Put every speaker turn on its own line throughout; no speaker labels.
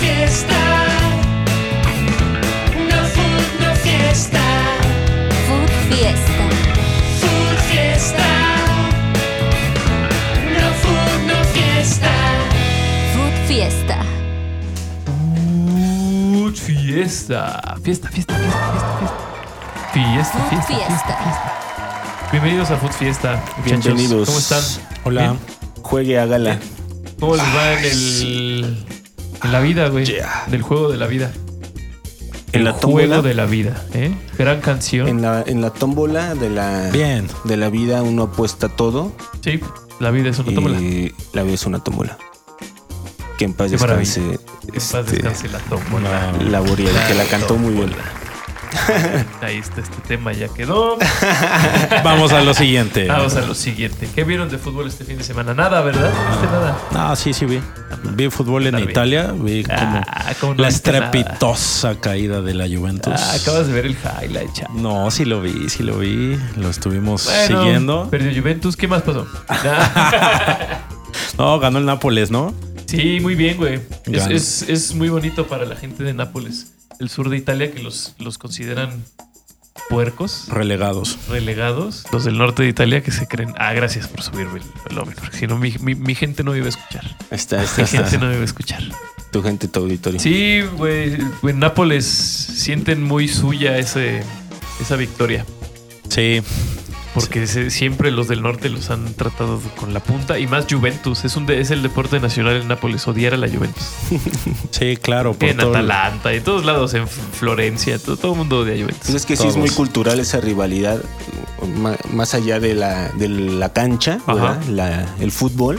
fiesta. No food, no fiesta.
Food Fiesta.
Food fiesta. No food, no fiesta.
Food Fiesta.
Food Fiesta. Fiesta, fiesta, fiesta, fiesta, fiesta. Fiesta,
Food
fiesta, fiesta,
Fiesta.
fiesta. Bienvenidos a Food Fiesta, muchachos.
Bienvenidos.
¿Cómo están?
Hola.
¿Bien?
Juegue, hágala.
¿Cómo les va en, el, en la vida, güey?
Yeah.
Del juego de la vida.
En la
El
tómbola.
juego de la vida, ¿eh? Gran canción.
En la, en la tómbola de la,
Bien.
de la vida uno apuesta todo
Sí, la vida es una tómbola. Que
y la vida es una tómbola. Que en paz
Qué
descanse.
en paz
este,
descanse la tómbola.
La Boreal, que la cantó muy bien.
Ahí está, este tema ya quedó.
Vamos a lo siguiente.
Vamos a lo siguiente. ¿Qué vieron de fútbol este fin de semana? Nada, ¿verdad? No viste nada.
Ah, sí, sí, vi. Vi fútbol en
Está bien.
Italia. Vi como
Ah, ¿cómo no
la
viste nada?
estrepitosa caída de la Juventus.
Ah, acabas de ver el highlight, chaval.
No, sí lo vi, sí lo vi. Lo estuvimos siguiendo.
Perdió Juventus, ¿qué más pasó?
No, ganó el Nápoles, ¿no?
sí, muy bien, güey. Es,
Ganó.
es- es muy bonito para la gente de Nápoles, el sur de Italia, que los, los consideran puercos,
Relegados.
relegados. Los del norte de Italia que se creen. Ah, gracias por subirme el velómetro, porque si no, mi, mi- mi gente no me iba a escuchar.
Está, está,
Mi
está.
gente no me iba a escuchar.
Tu gente, tu auditorio.
Sí, güey. En Nápoles sienten muy suya ese, esa victoria.
Sí.
Porque se- siempre los del norte los han tratado con la punta y más Juventus. Es, un de- es el deporte nacional en Nápoles, odiar a la Juventus.
Sí, claro. Por
En
todo el-
Atalanta, en todos lados, en F- Florencia, to- todo, el mundo odia a
Pues
Juventus.
es que sí es
Todos.
muy cultural esa rivalidad, ma- más allá de la, de la cancha,
Ajá.
¿verdad? La- el fútbol,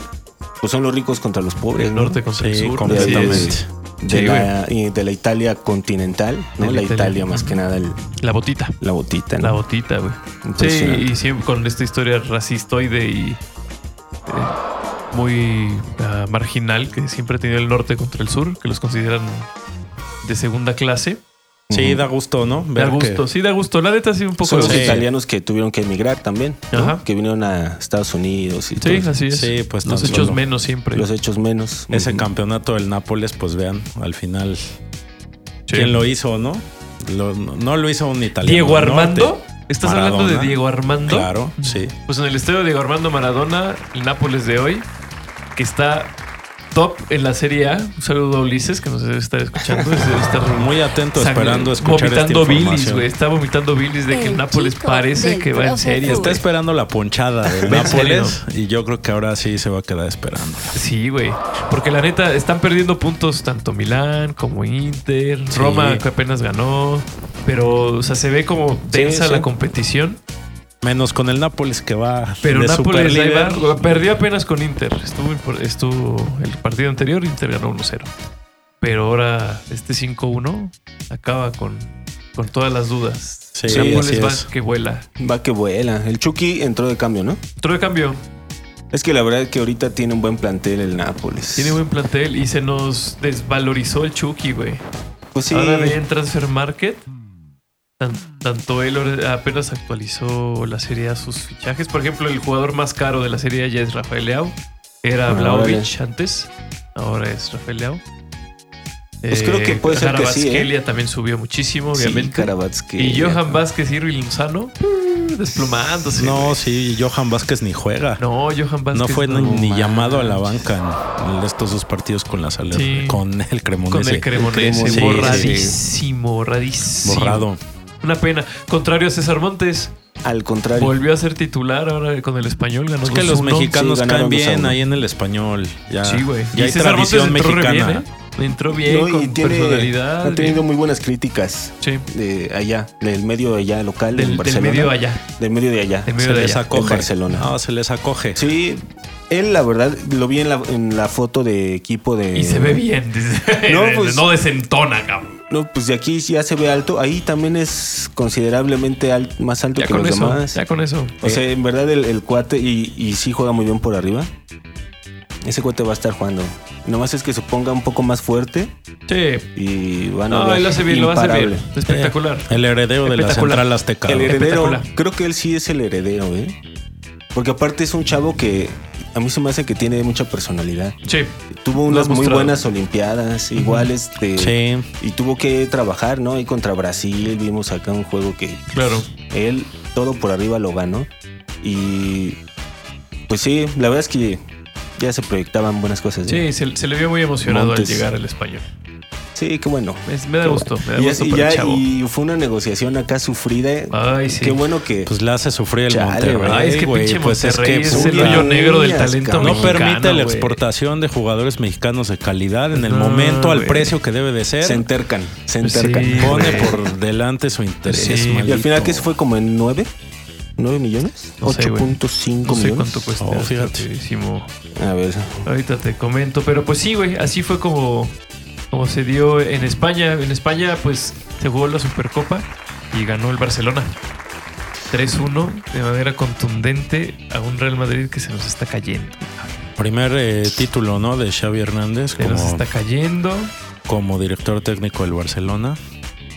pues son los ricos contra los pobres.
El
¿no?
norte contra el
Sí,
sur.
completamente.
así es.
De,
Sí,
la, y de la Italia continental, ¿no?
De la
la Italia,
Italia.
más que nada el-
La botita.
la botita,
La
¿no?
botita, güey. Sí,
Impresionante.
y siempre con esta historia racistoide y eh, muy ah, marginal que siempre ha tenido el norte contra el sur, que los consideran de segunda clase.
Sí, da gusto, ¿no? Ver
Da
que-
gusto, sí, da gusto. La neta, sí, un poco
Son
de
los
Sí.
gusto.
italianos que tuvieron que emigrar también, ¿no?
Ajá.
que vinieron a Estados Unidos y todo
Sí,
eso.
así es.
Sí, pues
los
tan
hechos
solo.
menos siempre.
los hechos menos.
Ese
Ujú.
campeonato del Nápoles, pues vean, al final,
Sí.
¿quién lo hizo, no? Lo- no lo hizo un italiano.
Diego
del
Armando.
norte.
¿Estás
Maradona.
hablando de Diego Armando?
Claro, sí.
Pues en el estadio Diego Armando Maradona, el Nápoles de hoy, que está top en la Serie A. Un saludo a Ulises, que nos debe estar escuchando. se debe estar
Muy atento,
sangre-
esperando escuchar esta
Vomitando bilis,
información.
güey. Está vomitando bilis de que el
El
Nápoles
chico
parece
del
que va en
profe
serie.
Fur.
Está esperando la ponchada del
¿En serio?
Nápoles y yo creo que ahora sí se va a quedar esperando.
Sí, güey. Porque la neta, están perdiendo puntos tanto Milán como Inter,
Sí.
Roma que apenas ganó. Pero, o sea, se ve como tensa
sí.
la competición.
Menos con el Nápoles que va
Pero
de
Nápoles ahí
superlíder.
va. perdió apenas con Inter. Estuvo, impor- estuvo el partido anterior, Inter ganó 1-0. Pero ahora este 5-1 acaba con, con todas las dudas.
Sí, así
Nápoles va
es.
que vuela.
Va que vuela. El Chucky entró de cambio, ¿no?
Otro de cambio,
Es que la verdad es que ahorita tiene un buen plantel el Nápoles.
tiene buen plantel y se nos desvalorizó el Chucky, güey.
Pues sí,
Ahora ve en Transfer Market. tan- tanto él or- apenas actualizó la serie a sus fichajes. Por ejemplo, el jugador más caro de la serie A ya es Rafael Leao. Era
Ah,
Vlaovic
órale.
antes. Ahora es Rafael Leao.
Pues creo que puede ser que sí, ¿eh?
Kvaratskhelia también subió muchísimo,
sí,
obviamente.
Caravatsky.
y Johan Vázquez y Lozano uh, desplomándose.
No, sí, Johan Vázquez ni juega. No,
no, Johan Vázquez.
fue ni, ni
manches.
llamado a la banca en- en estos dos partidos con la Saler-
Sí.
con el
Con
Cremonese.
el Cremonese,
Cremonese,
sí,
borradísimo, borradísimo.
Borrado.
Una pena. Contrario a César Montes.
Al contrario.
Volvió a ser titular ahora con el español. Ganó
Es que los
2-1.
mexicanos
Sí,
caen
ganaron
bien
2-1.
ahí en el español. Ya,
Sí, güey.
Ya hay tradición mexicana.
bien, ¿eh? Entró bien,
No, y
con
tiene-
personalidad.
Ha tenido
bien.
muy buenas críticas
Sí.
de allá, del medio de allá local. en
Del, del
Barcelona.
medio allá.
Del medio de allá.
Del medio
Se
de
les
allá.
acoge.
En Barcelona.
No, se les acoge.
Sí, él la verdad lo vi en la, en la foto de equipo de...
Y se ve bien. No,
No, pues-
no desentona, cabrón.
No, pues de aquí ya se ve alto. Ahí también es considerablemente al- más alto
Ya
que
con
los
eso.
demás.
Ya con eso.
O sea, en verdad el, el cuate y, y sí juega muy bien por arriba. Ese cuate va a estar jugando. Nomás es que se ponga un poco más fuerte
Sí.
y van a
No,
ver
él lo hace bien, lo hace bien.
imparable. Eh,
Espectacular.
El heredero de la
Espectacular.
central azteca.
El heredero,
Espectacular.
creo que él sí es el heredero, ¿eh? Porque aparte es un chavo que a mí se me hace que tiene mucha personalidad.
Sí.
Este, Tuvo unas
Lo ha
muy
mostrado.
buenas Olimpiadas, igual este.
Sí.
Y tuvo que trabajar, ¿no? Y contra Brasil vimos acá un juego que
Claro.
él todo por arriba lo ganó. Y pues sí, la verdad es que ya se proyectaban buenas cosas. ¿no?
Sí, se, se le vio muy emocionado
Montes.
al llegar al español.
Sí, qué bueno.
Es- me da gusto, me da
Y,
gusto
y
por el
ya-
chavo.
y fue una negociación acá sufrida. ¿eh?
Ay, sí.
Qué bueno que.
Pues la hace sufrir el
Chale,
Monterrey.
Ay, es que
güey,
pinche
pues es
Monterrey
que
es,
puta,
el hoyo negro del talento
No
no
mexicano,
permite la
güey.
exportación de jugadores mexicanos de calidad en el
No,
momento al
güey.
precio que debe de ser.
se entercan, se
Pues Sí.
entercan.
pone
güey.
por delante su interés.
Sí,
maldito.
Y al final, ¿qué se fue? ¿Como en 9? ¿9 millones?
No sé, güey.
8.5
No sé
millones.
cuánto cuesta.
Oh, fíjate.
queridísimo.
A ver.
Ahorita te comento, pero pues sí, güey, así fue como, como se dio en España. En España, pues se jugó la Supercopa y ganó el Barcelona. 3-1 de manera contundente a un Real Madrid que se nos está cayendo.
Primer eh, título, ¿no? De Xavi Hernández
Se nos
como,
está cayendo
como director técnico del Barcelona.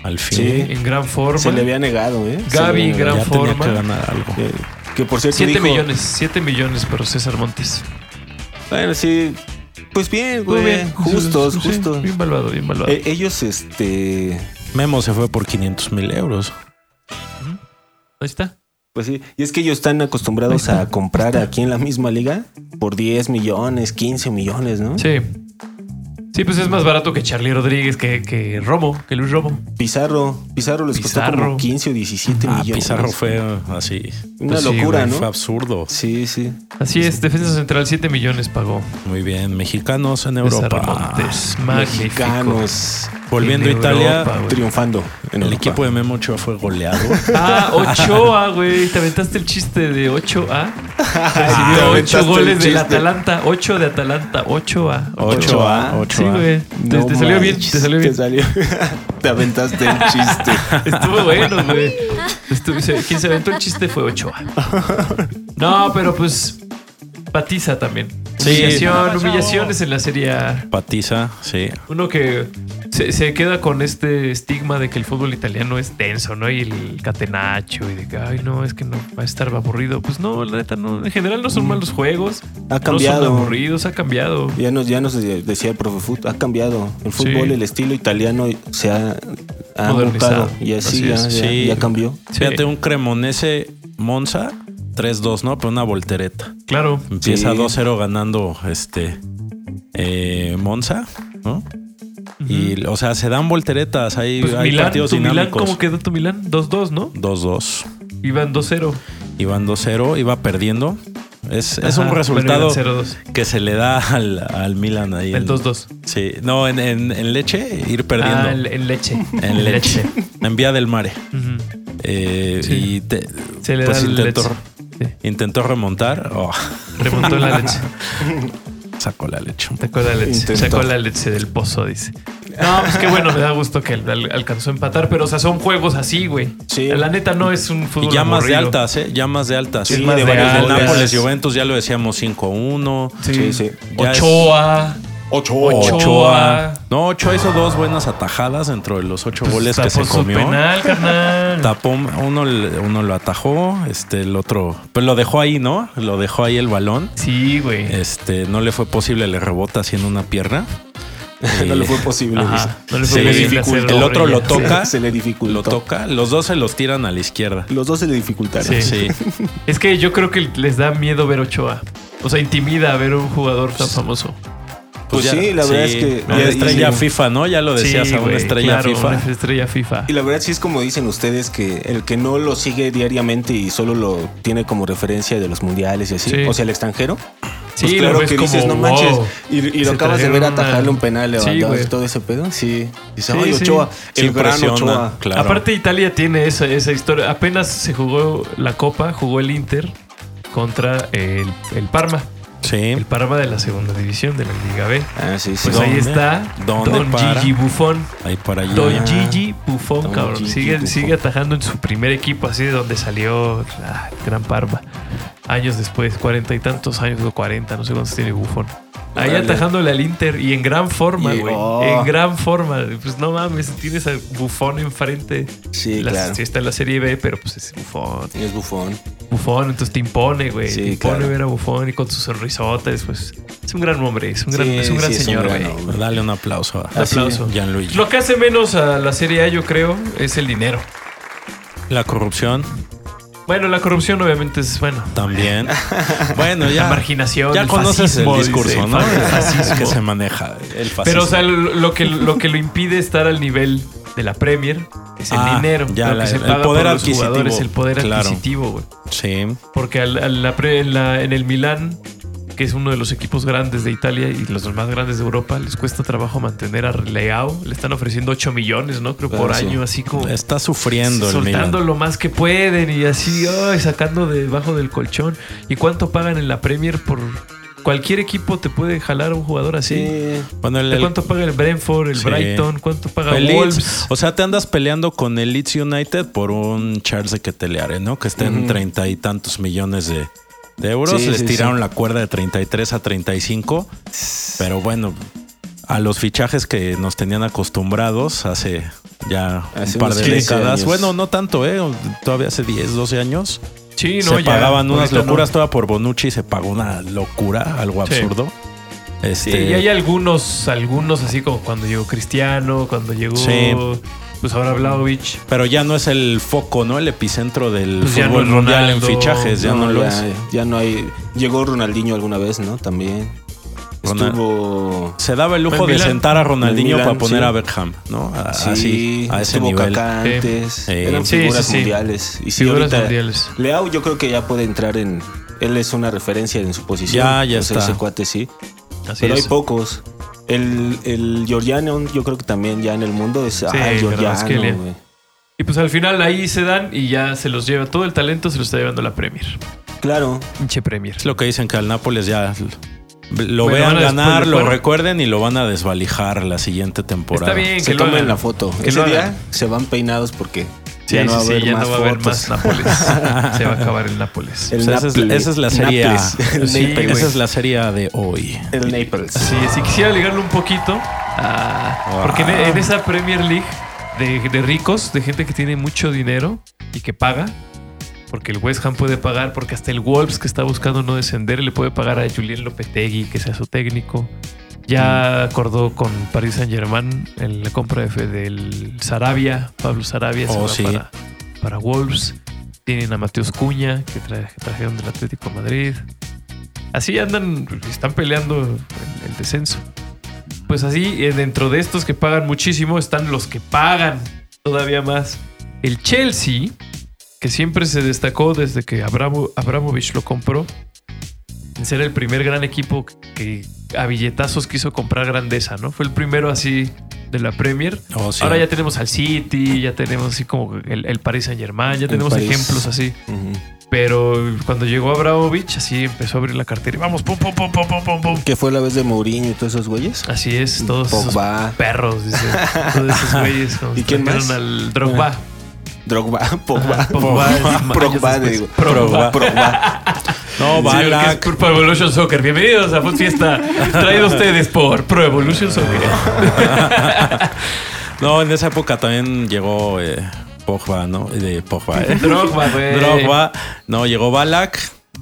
Al fin.
Sí.
en gran forma.
Se le había negado, ¿eh? Se
Gaby,
le había
gran
Ya
negado.
tenía
forma.
que ganar algo.
Eh, que por cierto
7
dijo,
millones, 7 millones para César Montes.
Bueno, sí. Pues
Muy
bien, güey.
bien.
Justos,
Sí,
justos.
Bien valvado, bien valvado.
Eh, ellos, este.
Memo se fue por 500 mil euros.
Ahí está.
Pues sí. Y es que ellos están acostumbrados a comprar aquí en la misma liga por 10 millones, 15 millones, ¿no?
Sí. Sí, pues es más barato que Charlie Rodríguez, que, que Romo, que Luis Romo.
Pizarro. Pizarro les costó
Pizarro.
como 15 o 17
Ah,
millones.
Pizarro fue eh, así.
Una
Pues sí,
locura,
Fue
¿no?
absurdo.
Sí, sí.
Así es, defensa central, 7 millones pagó.
Muy bien, mexicanos en
César
Europa.
Montes, magnífico.
Mexicanos
Volviendo a
En
Italia,
Europa, güey.
triunfando en
el
Europa.
equipo de Memo Ochoa fue goleado.
Ah, Ochoa, güey. Te aventaste el chiste de 8A.
te
Recibió 8
aventaste el
goles del
chiste.
Atalanta. 8 de Atalanta. 8A.
8A,
Sí,
8A.
güey. Te- te, salió bien, te
manches,
salió bien.
Te salió. Te aventaste el chiste.
Estuvo bueno, güey. Estuvo- se- Quien se aventó el chiste fue Ochoa. No, pero pues Patiza también.
Sí.
Humillación, humillaciones en la serie A.
Patiza, sí.
Uno que se, se queda con este estigma de que el fútbol italiano es tenso, ¿no? Y el catenacho y de que, ay, no, es que no va a estar aburrido. Pues no, la neta, no. En general
Mm.
no son malos juegos.
Ha
No
cambiado.
son aburridos, ha cambiado.
Ya nos, ya nos de- decía el profe Fut, ha cambiado. El fútbol,
Sí.
el estilo italiano se ha, ha
Modernizado.
mutado. Y
Así
así, ya,
es,
ya-
sí.
ya cambió.
Sí,
Fíjate, un Cremonese Monza 3-2, ¿no? Pero una voltereta.
claro.
Empieza
Sí.
2-0 ganando este eh, Monza, ¿no? Y, o sea, se dan volteretas. Hay,
Pues
hay
Milán,
partidos
tu Milán, ¿cómo
dinámicos.
quedó tu Milán? 2-2, ¿no?
2-2.
Iban 2-0.
Iban 2-0, iba perdiendo. Es, es
Ajá,
un
bueno,
resultado
iban 0-2.
que se le da al, al Milan ahí.
El 2-2.
Sí, no, en, en- en leche, ir perdiendo.
Ah, el, el leche.
En leche. en Vía del Mare.
Ujú.
Eh,
Sí.
Y te-
Se le
pues
da el
intentó,
leche. Sí.
intentó remontar. Oh,
Remontó la leche.
sacó la leche.
Sacó la leche.
Intentó.
Sacó la leche del pozo, dice. No, pues qué bueno, me da gusto que al- alcanzó a empatar, pero o sea, son juegos así, güey.
Sí.
La neta no es un
Y
fútbol.
ya más de
aburrido.
altas, ¿eh? Ya más de altas.
Sí,
Sí,
de varios
el
goles.
Nápoles Juventus ya lo decíamos 5-1.
Sí, sí.
Ya es-
Ochoa.
Ochoa.
Ochoa.
No, Ochoa hizo dos buenas atajadas dentro de los ocho
Pues,
goles que
tapó
se
su
comió.
penal, carnal.
Tapó, uno, uno lo atajó, este, el otro, pues lo dejó ahí, ¿no? Lo dejó ahí el balón.
Sí, güey.
Este, no le fue posible, le rebota haciendo una pierna.
no le fue posible.
Ajá. No le
Se
fue
le
posible
dificultó.
hacerlo,
El otro
güey.
lo toca.
Se, se le dificultó.
Lo toca, los dos se los tiran a la izquierda.
Los dos se le dificultaron.
Sí.
Sí. Pues
Es que yo creo que les da miedo ver Ochoa. O sea, intimida a ver un jugador tan famoso.
Pues sí, la verdad es que-
Una
ya-
estrella
y-
FIFA, ¿no? Ya lo decías, a una
güey,
estrella
claro,
FIFA.
Una estrella FIFA.
Y la verdad sí es como dicen ustedes que el que no lo sigue diariamente y solo lo tiene como referencia de los mundiales y así,
Sí.
o sea, el extranjero,
Sí,
pues
lo
claro
ves
que dices,
como,
no manches,
wow.
y, y
Se
lo acabas de ver
trajeron una-
atajarle un penal,
Sí,
Lewandowski,
güey.
todo ese pedo, sí. Dice,
Sí,
"Ay,
sí.
Ochoa,
Sí,
el gran
impresiona,
Ochoa.
Claro.
Aparte Italia tiene esa, esa historia. Apenas se jugó la Copa, jugó el Inter contra el, el Parma. El
sí.
Parma de la segunda división de la Liga B.
Ah, sí, sí.
Pues
No,
ahí
¿Dónde?
está
¿Dónde
Don
para?
Gigi Buffon.
Ahí para allá.
Don Gigi Buffon,
Don
cabrón.
Gigi
sigue,
Buffon.
sigue atajando en su primer equipo, así de donde salió ah, el Gran Parma. Años después, cuarenta y tantos años, o cuarenta, no sé cuántos tiene Buffon. Ahí
Órale.
atajándole al Inter y en gran forma,
Y-
güey.
oh.
En gran forma. Pues no mames, tienes a Buffon enfrente.
sí,
La-
claro.
Sí está en la Serie B, pero pues es Buffon.
Es bufón.
Bufón, entonces te impone, güey.
Sí,
te impone
claro.
ver a Bufón y con sus sonrisotas, pues. Es un gran hombre, es un gran,
Sí,
es un gran
sí, es un
señor,
gran
güey.
hombre.
Dale un aplauso a
Así es.
Gianluigi.
Lo que hace menos a la Serie A, yo creo, es el dinero.
La corrupción
Bueno, la corrupción obviamente es, bueno,
también. Bueno, ya.
la marginación,
Ya
el
conoces
fascismo,
el
dice,
discurso, ¿no?
el
El
fascismo.
que se maneja. El fascismo.
Pero, o sea, lo, lo que, lo que lo impide estar al nivel de la Premier es el
Ah,
dinero.
ya,
lo que
la-
se
el
paga
poder
por los jugadores,
adquisitivo,
el poder
claro.
adquisitivo, güey.
Sí.
Porque al- al- la pre- en, la- en el Milán, que es uno de los equipos grandes de Italia y los más grandes de Europa, les cuesta trabajo mantener a Leao. Le están ofreciendo 8 millones, ¿no? Creo
Claro,
Ah,
por
sí.
año, así como
Está sufriendo el
soltando
Milan.
lo más que pueden y así, ay, sacando debajo del colchón. ¿Y cuánto pagan en la Premier por cualquier equipo te puede jalar un jugador así?
Sí.
Bueno, el,
¿De ¿Cuánto paga el Brentford, el
Sí.
Brighton? ¿Cuánto paga
el
Wolves?
Leeds. O sea, te andas peleando con el Leeds United por un Charles de Keteleare, ¿no? Que está en
Ujú.
treinta y tantos millones de, de euros.
Sí,
Les
sí,
tiraron
sí.
la cuerda de 33 a 35. Pero bueno, a los fichajes que nos tenían acostumbrados hace ya
Hace
un par
unos
de
15
décadas.
años.
Bueno, no tanto, ¿eh? Todavía hace 10, 12 años.
Sí, no,
se
ya,
pagaban unas
ahorita no.
locuras toda por Bonucci. Se pagó una locura, algo
Sí.
absurdo.
Sí,
Este,
y hay algunos, algunos así como cuando llegó Cristiano, cuando llegó
Sí.
pues ahora Vlaovic.
Pero ya no es el foco, ¿no? El epicentro del
Pues ya
fútbol
no es
mundial
Ronaldo,
en
Pues
fichajes, ya no, lo es.
Ya no hay. Llegó Ronaldinho alguna vez, ¿no? También.
Ronald-
Estuvo.
Se daba el lujo
En
de
Milán.
sentar a Ronaldinho
En Milán,
para poner
sí.
a Beckham, ¿no?
Ah,
A-
Sí,
así, a ese
estuvo
nivel.
Kaká
Sí.
antes.
Sí.
Eran
Sí,
figuras
sí, sí.
mundiales. Y sí,
Figuras
ahorita-
mundiales.
Leao, yo creo que ya puede entrar en. Él es una referencia en su posición.
Ya, ya
O sea,
está.
Ese cuate sí.
Así
Pero
es.
hay pocos. El, el Georgiano, yo creo que también ya en el mundo es. ah,
la verdad es que le-
Georgiano, güey.
Y pues al final ahí se dan y ya se los lleva. Todo el talento se lo está llevando la Premier.
Claro.
Pinche Premier.
Es lo que dicen que al Nápoles ya lo
Bueno, van
vean
a
ganar,
después-
lo
bueno.
recuerden y lo van a desvalijar la siguiente temporada.
Está bien
Se
que lo
tomen
hagan.
la foto.
Que
Ese
lo
día
hagan.
se van peinados porque.
Sí,
ya no
sí,
va a
sí,
haber
ya
más
no va a haber más
fotos.
Nápoles. se va a acabar el Nápoles.
El
O sea, Pues esa, es, la-
Nápoles.
esa es la serie A.
Nápoles. El
Sí,
Nápoles.
esa es la serie A de hoy.
El Naples.
Sí, si quisiera ligarlo un poquito, a-
Wow.
porque en, en esa Premier League de, de ricos, de gente que tiene mucho dinero y que paga, porque el West Ham puede pagar, porque hasta el Wolves que está buscando no descender le puede pagar a Julián Lopetegui, que sea su técnico. Ya
Mm.
acordó con Paris Saint Germain en la compra de, del Sarabia, Pablo Sarabia se
Oh,
va
sí.
para, para Wolves. Tienen a Mateos Cuña, que tra- que trajeron del Atlético de Madrid. Así andan, están peleando el, el descenso. Pues así, eh, dentro de estos que pagan muchísimo, están los que pagan todavía más. El Chelsea, que siempre se destacó desde que Abramo- Abramovich lo compró, en ser el primer gran equipo que a billetazos quiso comprar grandeza, ¿no? Fue el primero así de la Premier.
Oh, sí.
Ahora ya tenemos al City, ya tenemos así como el, el Paris Saint Germain, ya tenemos
París.
ejemplos así.
Ujú.
Pero cuando llegó Abramovich, así empezó a abrir la cartera y vamos, pum, pum, pum, pum, pum, pum, pum.
¿Qué fue la vez de Mourinho y todos esos güeyes?
Así es, todos esos
Pogba.
perros, dice. Todos esos güeyes. como
¿Y quién
trajeron
más? Ah.
al Drogba.
Drogba. Pogba.
Ajá, Ah, Pogba,
Pogba. Pogba, digo.
después. Pogba.
Pogba.
No,
Sí, que es
Balak.
por Pro Evolution Soccer. Bienvenidos a Food Fiesta. Traído a ustedes por Pro Evolution Soccer.
No, en esa época también llegó eh, Pogba, ¿no? De Pogba, ¿eh?
Drogba, güey.
Drogba. No, llegó Balak.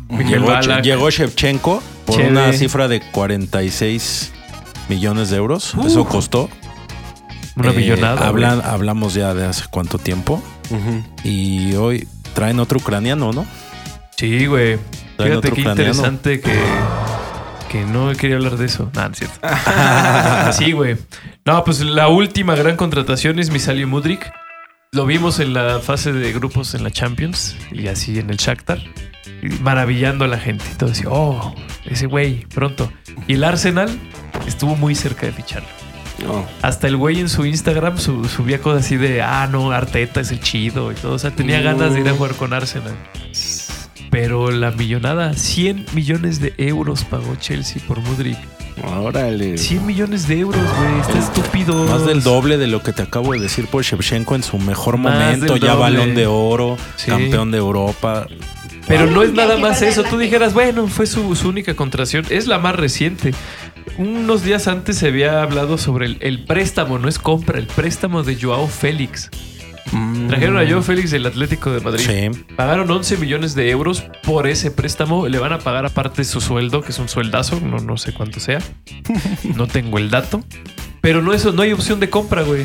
Miguel
Llegó,
Balak.
llegó Shevchenko por
Cheve.
una cifra de 46 millones de euros. Eso costó.
Una
Eh,
millonada.
hablan-
güey.
hablamos ya de hace cuánto tiempo. Y hoy traen otro ucraniano, ¿no?
Sí, güey.
Traen
Fíjate
otro
qué
ucraniano.
interesante que, que no quería hablar de eso. Nada, no es cierto. sí, güey. No, pues la última gran contratación es Misalio Mudrik. Lo vimos en la fase de grupos en la Champions y así en el Shakhtar, y maravillando a la gente. Todo decía, oh, ese güey, pronto. Y el Arsenal estuvo muy cerca de ficharlo.
No.
Hasta el güey en su Instagram su- subía cosas así de, ah, no, Arteta es el chido y todo. O sea, tenía
Mm.
ganas de ir a
Uh.
jugar con Arsenal. Pero la millonada, 100 millones de euros pagó Chelsea por Mudrik.
Órale.
100 millones de euros, güey. Está estúpido.
Más del doble de lo que te acabo de decir por Shevchenko en su mejor
Más
momento.
del
Ya
doble.
balón de oro,
Sí.
campeón de Europa.
Pero no es nada más eso. Tú dijeras, bueno, fue su, su única contracción. Es la más reciente. Unos días antes se había hablado sobre el, el préstamo, no es compra, el préstamo de Joao Félix. Trajeron a Joe Félix del Atlético de Madrid.
Mm. Sí.
Pagaron 11 millones de euros por ese préstamo. Le van a pagar aparte su sueldo, que es un sueldazo, no, no sé cuánto sea. No tengo el dato. Pero no, eso, no hay opción de compra, güey.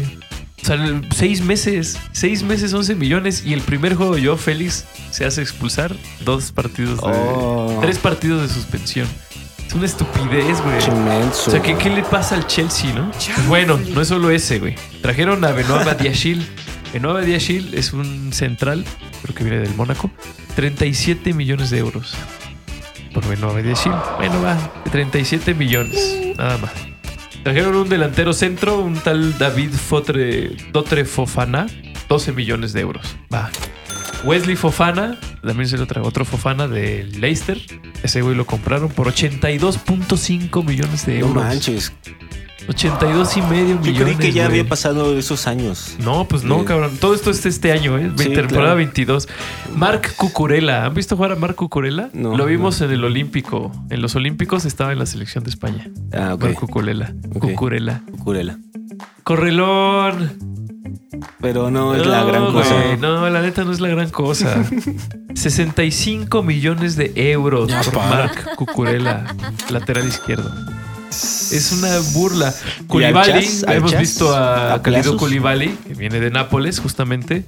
O sea, el- seis meses, seis meses, 11 millones. Y el primer juego, yo, Félix, se hace expulsar dos partidos de.
Oh.
Tres partidos de suspensión. Es una estupidez, güey.
Chimenso.
O sea, ¿qué, qué le pasa al Chelsea, no? Pues Bueno, no es solo ese, güey. Trajeron a Benoit Badiachil. Benoit Badiachil es un central, creo que viene del Mónaco. 37 millones de euros por Benoit Badiachil. Bueno, va, 37 millones, nada más. Trajeron un delantero centro, un tal David Fotre, Dotre Fofana, 12 millones de euros. Va. Wesley Fofana, también se lo trajo otro Fofana de Leicester. Ese güey lo compraron por 82.5 millones de
No
euros.
manches.
82 y medio millones.
Yo creí que ya
güey.
había pasado esos años.
No, pues no,
Sí.
cabrón. Todo esto es este año, ¿eh?
Sí,
temporada
claro.
22. Marc Cucurella. ¿Han visto jugar a Marc Cucurella?
No,
Lo vimos en el Olímpico. En los Olímpicos estaba en la selección de España.
Ah, ok.
Marc Cucurella.
Ok.
Cucurella.
Curela.
Correlón.
Pero no es la
No,
gran
güey,
cosa.
No, la neta no es la gran cosa. 65 millones de euros
Ya
por
para.
Marc Cucurella, lateral izquierdo. Es una burla.
al
Koulibaly,
Chas? ¿Al
hemos
Chas?
visto a
¿A
Calido
plazos?
Koulibaly, que viene de Nápoles justamente.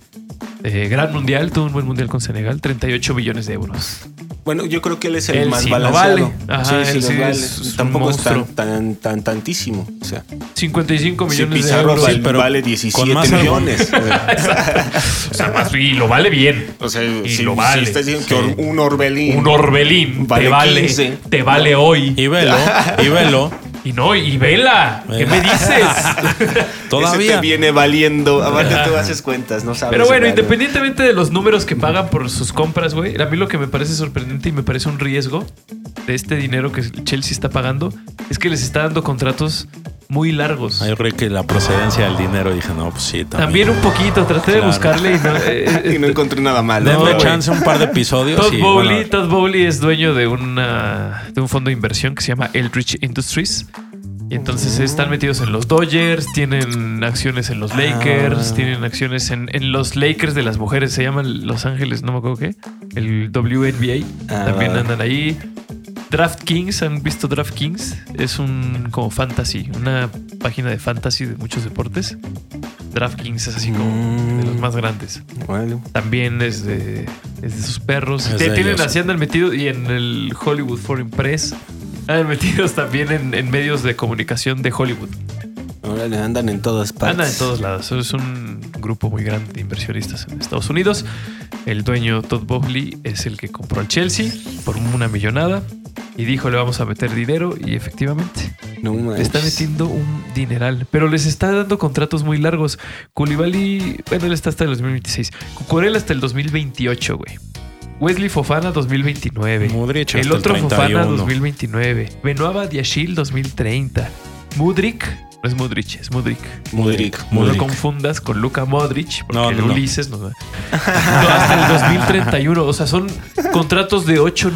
Eh, gran mundial, tuvo un buen mundial con Senegal, 38 millones de euros.
Bueno, yo creo que él es el
Él
más
sí lo
balanceado.
vale. Ajá, él
lo
sí
vale.
es- es un
Tampoco es tan,
monstruo.
tan, tan tantísimo. O sea,
55
si
millones de
Pizarro
euros.
vale,
Sí, pero
vale
con
17
más
millones.
O sea, más- y lo vale bien.
o sea,
Y
si,
lo
si
vale.
estás diciendo que or- un Orbelín.
Un Orbelín
Vale
te vale,
15.
te vale hoy.
Y velo, y velo.
Y no, y vela, ¿qué
Eh.
me dices?
Ese te
Todavía.
viene valiendo. Aparte tú haces cuentas, no sabes.
Pero bueno,
Vale.
independientemente de los números que pagan por sus compras, güey, a mí lo que me parece sorprendente y me parece un riesgo de este dinero que el Chelsea está pagando es que les está dando contratos muy largos.
Ay, Yo creo que la procedencia del dinero dije, no, pues sí,
También
también.
un poquito, traté de
Claro.
buscarle y no. eh, eh,
Y no encontré nada malo.
Denle
güey.
chance un par de episodios.
Todd
y,
Bowley,
bueno,
Todd Bowley es dueño de una de un fondo de inversión que se llama Eldridge Industries. Y entonces están metidos en los Dodgers, tienen acciones en los Lakers, tienen acciones en, en los Lakers de las mujeres, se llaman Los Ángeles, no me acuerdo qué, el WNBA,
Ah,
también
vale.
andan ahí. DraftKings, ¿han visto DraftKings? Es un como fantasy, una página de fantasy de muchos deportes. DraftKings es así como de los
Mm.
más grandes
Bueno.
también es de, es de sus perros.
Es
Te-
de
tienen
ellos.
así andan metidos y en el Hollywood Foreign Press. Andan metidos también en, en medios de comunicación de Hollywood.
Órale, andan en todas partes.
Andan en todos lados. Es un grupo muy grande de inversionistas en Estados Unidos. El dueño Todd Bowley es el que compró al Chelsea por una millonada y dijo le vamos a meter dinero y efectivamente
No
le está
manches.
metiendo un dineral, pero les está dando contratos muy largos. Koulibaly, bueno, él está hasta el 2026. Cucurella hasta el 2028, güey. Wesley Fofana 2029.
Mudrich
el
hasta
otro Fofana
31.
2029. Benoaba Diashil 2030. Mudrik, no es Mudrich, es Mudrik.
Mudrik.
No lo
Mudrik.
confundas con Luka Modric, porque
No, no,
el
no.
Ulises nos da. No, hasta el 2031. O sea, son contratos de 8,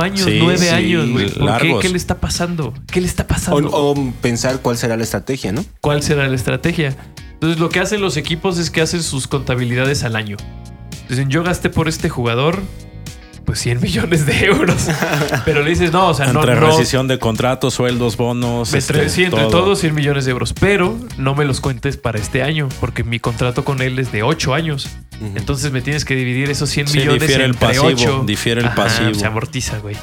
años,
Sí,
9
sí,
años, güey. ¿Por qué?
largos.
¿Qué le está pasando? ¿Qué le está
O,
pasando?
o pensar cuál será la estrategia, ¿no?
cuál será la estrategia. Entonces lo que hacen los equipos es que hacen sus contabilidades al año. Dicen, yo gasté por este jugador pues 100 millones de euros. Pero le dices, no, o sea, no,
entre
no.
rescisión de contratos, sueldos, bonos.
Me
este,
entre- sí, entre
todo.
todos 100 millones de euros. Pero no me los cuentes para este año, porque mi contrato con él es de 8 años.
Ujú.
Entonces me tienes que dividir esos 100
Sí,
millones
difiere el
entre
pasivo,
8.
difiere el pasivo.
Se amortiza, güey.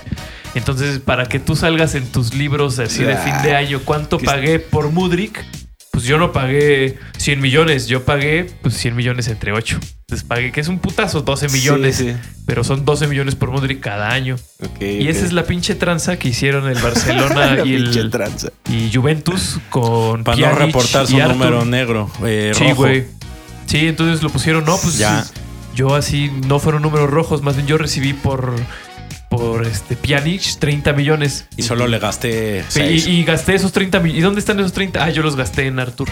Entonces, para que tú salgas en tus libros así de
Ah,
fin de año, ¿cuánto
que-
pagué por Mudrik? Pues yo no pagué 100 millones, yo pagué pues 100 millones entre 8. Entonces pagué, que es un putazo, 12 millones.
Sí, sí.
Pero son 12 millones por Mudrik cada año.
Ok,
Y esa
ok.
es la pinche tranza que hicieron el Barcelona
La
y
pinche
el
tranza.
y Juventus con
Para no
Pjanic
reportar
y
su
Arthur.
número negro. eh,
Sí,
rojo.
güey. Sí, entonces lo pusieron, no, pues
Ya.
yo así no fueron números rojos, más bien yo recibí por por este Pjanic 30 millones
Y solo le gasté
Sí,
seis.
y, y gasté esos 30 millones. ¿Y dónde están esos 30? Ah, yo los gasté en Arthur.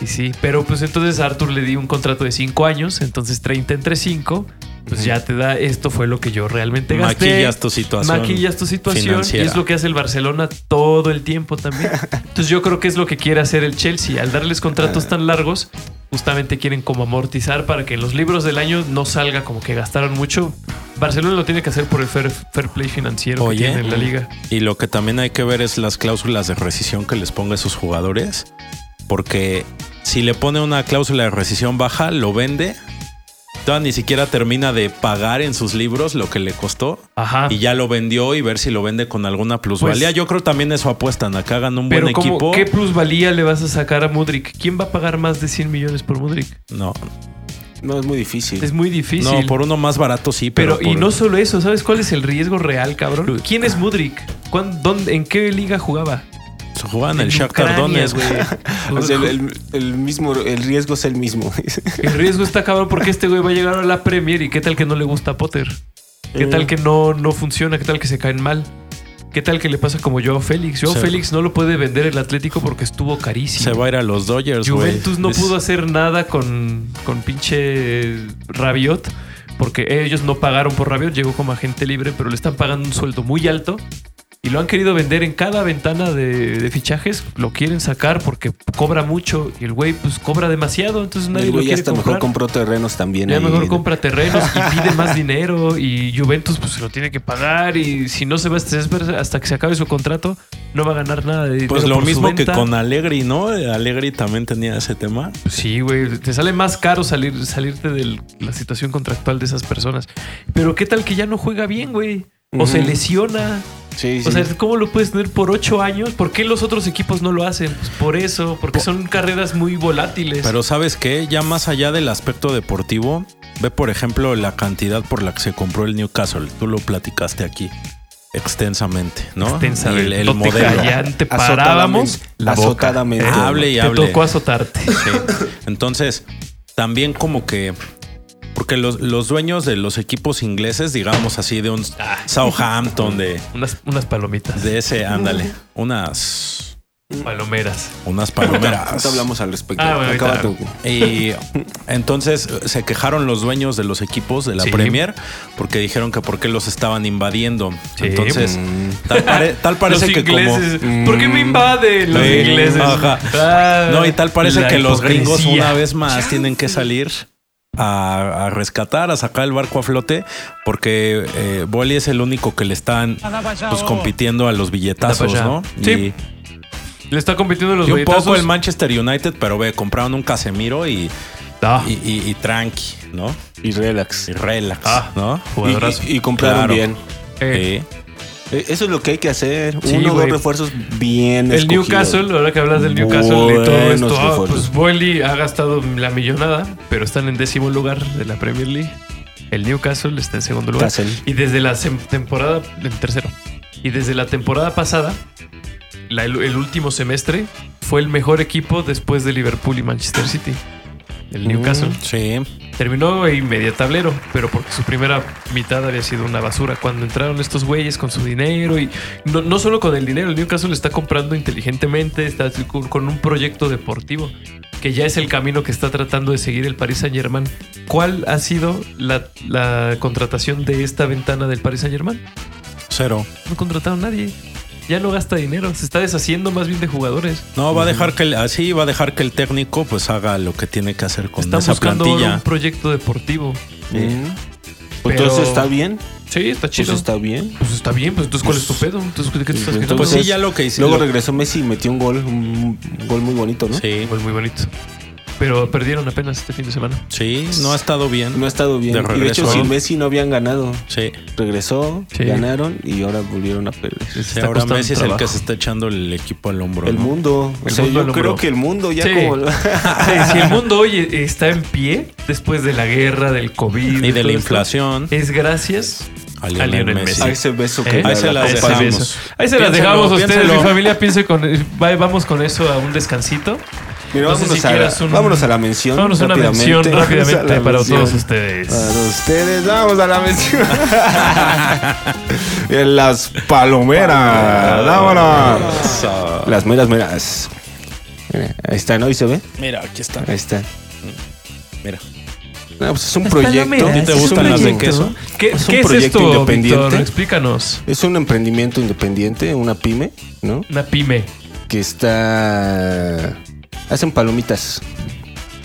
Y sí, pero pues entonces a Arthur le di un contrato de 5 años, entonces 30 entre 5, pues ya te da, esto fue lo que yo realmente gasté.
Maquillas tu situación
Maquillas tu situación
financiera.
y es lo que hace el Barcelona todo el tiempo también. Entonces yo creo que es lo que quiere hacer el Chelsea, al darles contratos tan largos, justamente quieren como amortizar para que en los libros del año no salga como que gastaron mucho. Barcelona lo tiene que hacer por el fair, fair play financiero
Oye.
que tiene en la liga.
Y lo que también hay que ver es las cláusulas de rescisión que les ponga a sus jugadores. Porque si le pone una cláusula de rescisión baja, lo vende. Todavía ni siquiera termina de pagar en sus libros lo que le costó.
Ajá.
Y ya lo vendió y ver si lo vende con alguna plusvalía.
Ah. Pues-
Yo creo también eso apuestan. Acá hagan un
Pero
buen
¿cómo-
equipo.
¿qué plusvalía le vas a sacar a Mudrik? ¿Quién va a pagar más de 100 millones por Mudrik?
No,
No, es muy difícil.
Es muy difícil.
no, por uno más barato sí, pero.
Pero, y
por-
no solo eso, ¿sabes cuál es el riesgo real, cabrón? ¿Quién es Mudrik? ¿Cuán- dónde- ¿En qué liga jugaba?
Juegan el
En
Shakhtar
Ucrania,
Donetsk, güey.
güey.
O sea, el, el- el mismo, el riesgo es el mismo.
El riesgo está cabrón porque este güey va a llegar a la Premier y qué tal que no le gusta a Potter. ¿Qué
Eh.
tal que no, no funciona? ¿Qué tal que se caen mal? ¿Qué tal que le pasa como Joao Félix? Joao
Se-
Félix no lo puede vender el Atlético porque estuvo
Se
carísimo.
va a ir a los Dodgers, güey.
Juventus no
Es-
pudo hacer nada con, con pinche Rabiot porque ellos no pagaron por Rabiot, llegó como agente libre, pero le están pagando un sueldo muy alto y lo han querido vender en cada ventana de, de fichajes. Lo quieren sacar porque cobra mucho y el güey pues cobra demasiado, entonces nadie
El
lo
güey
quiere
hasta mejor
comprar.
compró terrenos también.
Ya
ahí.
mejor compra terrenos y pide más dinero y Juventus pues se lo tiene que pagar y si no se va a estresar hasta que se acabe su contrato no va a ganar nada de dinero
Pues lo
por su
mismo que
venta.
con Allegri, ¿no? Allegri también tenía ese tema.
Pues Sí, güey, te sale más caro salir, salirte de la situación contractual de esas personas. Pero qué tal que ya no juega bien, güey. O se
Ujú.
lesiona.
Sí, sí.
O sea, ¿cómo lo puedes tener por ocho años? ¿Por qué los otros equipos no lo hacen? Pues por eso, porque son carreras muy volátiles.
Pero sabes qué, ya más allá del aspecto deportivo, ve por ejemplo la cantidad por la que se compró el Newcastle. Tú lo platicaste aquí extensamente, ¿no?
Extensa,
el, el
no te
modelo.
callan, te
Azotadamente-
parábamos la boca.
azotadamente.
Hable y
Te
hable.
tocó azotarte.
Sí. Entonces, también como que. Porque los, los dueños de los equipos ingleses, digamos así, de un
Ah.
Southampton, de,
Unas, unas palomitas.
de ese, ándale, unas,
Palomeras.
unas
Ahorita
palomeras.
hablamos al respecto.
Ah, bueno,
Acaba
ahorita.
tu-
Y entonces eh, se quejaron los dueños de los equipos de la
Sí.
Premier porque dijeron que por qué los estaban invadiendo.
Sí, mm.
entonces, tal, pare- tal parece
Los
que
ingleses.
como...
¿Por qué me invaden los
Sí,
ingleses?
ajá.
Ah,
No, y tal parece
la
que los gringos
hipocresía.
una vez más tienen que salir a, a rescatar, a sacar el barco a flote, porque eh, Boli es el único que le están pues, compitiendo a los billetazos,
Anda pa'
¿no?
allá. Sí, Le está compitiendo
Y,
los
y un poco
billetazos.
el Manchester United, pero ve, compraron un Casemiro y,
Ah.
y, y- y tranqui, ¿no?
Y relax.
Y relax,
Ah.
¿no?
Jugadorazo.
Y, y- y compraron
Claro.
bien.
Eh,
Sí.
Eh, Eso es lo que hay que hacer.
Sí,
Uno o dos
güey.
refuerzos bien
El
escogidos.
Newcastle, ahora que hablas del Newcastle y todo
Buenos
esto, ah, pues
refuerzos.
Boyle ha gastado la millonada, pero están en décimo lugar de la Premier League. El Newcastle está en segundo lugar.
Castle.
Y desde la sem- temporada, en tercero. Y desde la temporada pasada, la- el, el último semestre, fue el mejor equipo después de Liverpool y Manchester City. El Newcastle.
Sí.
Terminó en medio tablero, pero porque su primera mitad había sido una basura. Cuando entraron estos güeyes con su dinero y no, no solo con el dinero, el Newcastle está comprando inteligentemente, está con con un proyecto deportivo, que ya es el camino que está tratando de seguir el Paris Saint Germain. ¿Cuál ha sido la, la contratación de esta ventana del Paris Saint Germain?
Cero.
No contrataron a nadie. Ya no gasta dinero, se está deshaciendo más bien de jugadores.
No, va a dejar que el, así va a dejar que el técnico pues haga lo que tiene que hacer con
Están
esa
buscando ahora
plantilla.
un proyecto deportivo.
Mm.
Pero-
Entonces está bien.
Sí, está chido.
Pues está bien.
Pues está bien, pues entonces ¿cuál es tu pedo? Entonces, ¿de qué te estás quejando?
Pues sí,
Entonces,
ya lo que hicieron.
Luego regresó Messi y metió un gol. Un gol muy bonito, ¿no?
Sí,
Pues muy bonito. Pero perdieron apenas este fin de semana.
sí, no ha estado bien.
No ha estado bien.
De
y de
regreso,
hecho,
¿no?
sin Messi no habían ganado.
Sí,
Regresó,
Sí.
ganaron y ahora volvieron a perder.
sí,
Está
ahora
costando
Messi es el
trabajo.
que se está echando el equipo al hombro.
El
¿no?
mundo. O
El
sea,
mundo
yo
lo
creo
logró.
que el mundo ya
Sí.
como.
Sí, si el mundo hoy está en pie después de la guerra, del COVID
Y de
todo
la
esto,
inflación.
es gracias
A
a Lionel Messi.
A ese beso
¿Eh?
que
Ahí
da
se la
Copa
Ese
dejamos.
Davis.
beso. Ahí se las
Piénsalo,
dejamos a ustedes,
piénsalo.
mi familia. Piense con. va- Vamos con eso a un descansito.
Mira,
No sé
vámonos,
si quieras
a,
un-
vámonos a la mención.
Vámonos a una mención
Vámonos a
rápidamente
la
para
mención.
todos ustedes.
Para ustedes, vamos a la mención. en las palomeras. Vámonos.
Eso.
Las meras meras. Mira, ahí está, ¿no? ¿Y se ve?
Mira, aquí está.
Ahí está.
Mira.
No, pues es un proyecto.
¿A ti te
Es un
gustan las de
proyecto.
queso?
¿Qué
Es
es,
un
¿qué es
proyecto
esto,
independiente.
Víctor? Explícanos.
Es un emprendimiento independiente, una pyme, ¿no?
Una pyme.
Que está... Hacen palomitas.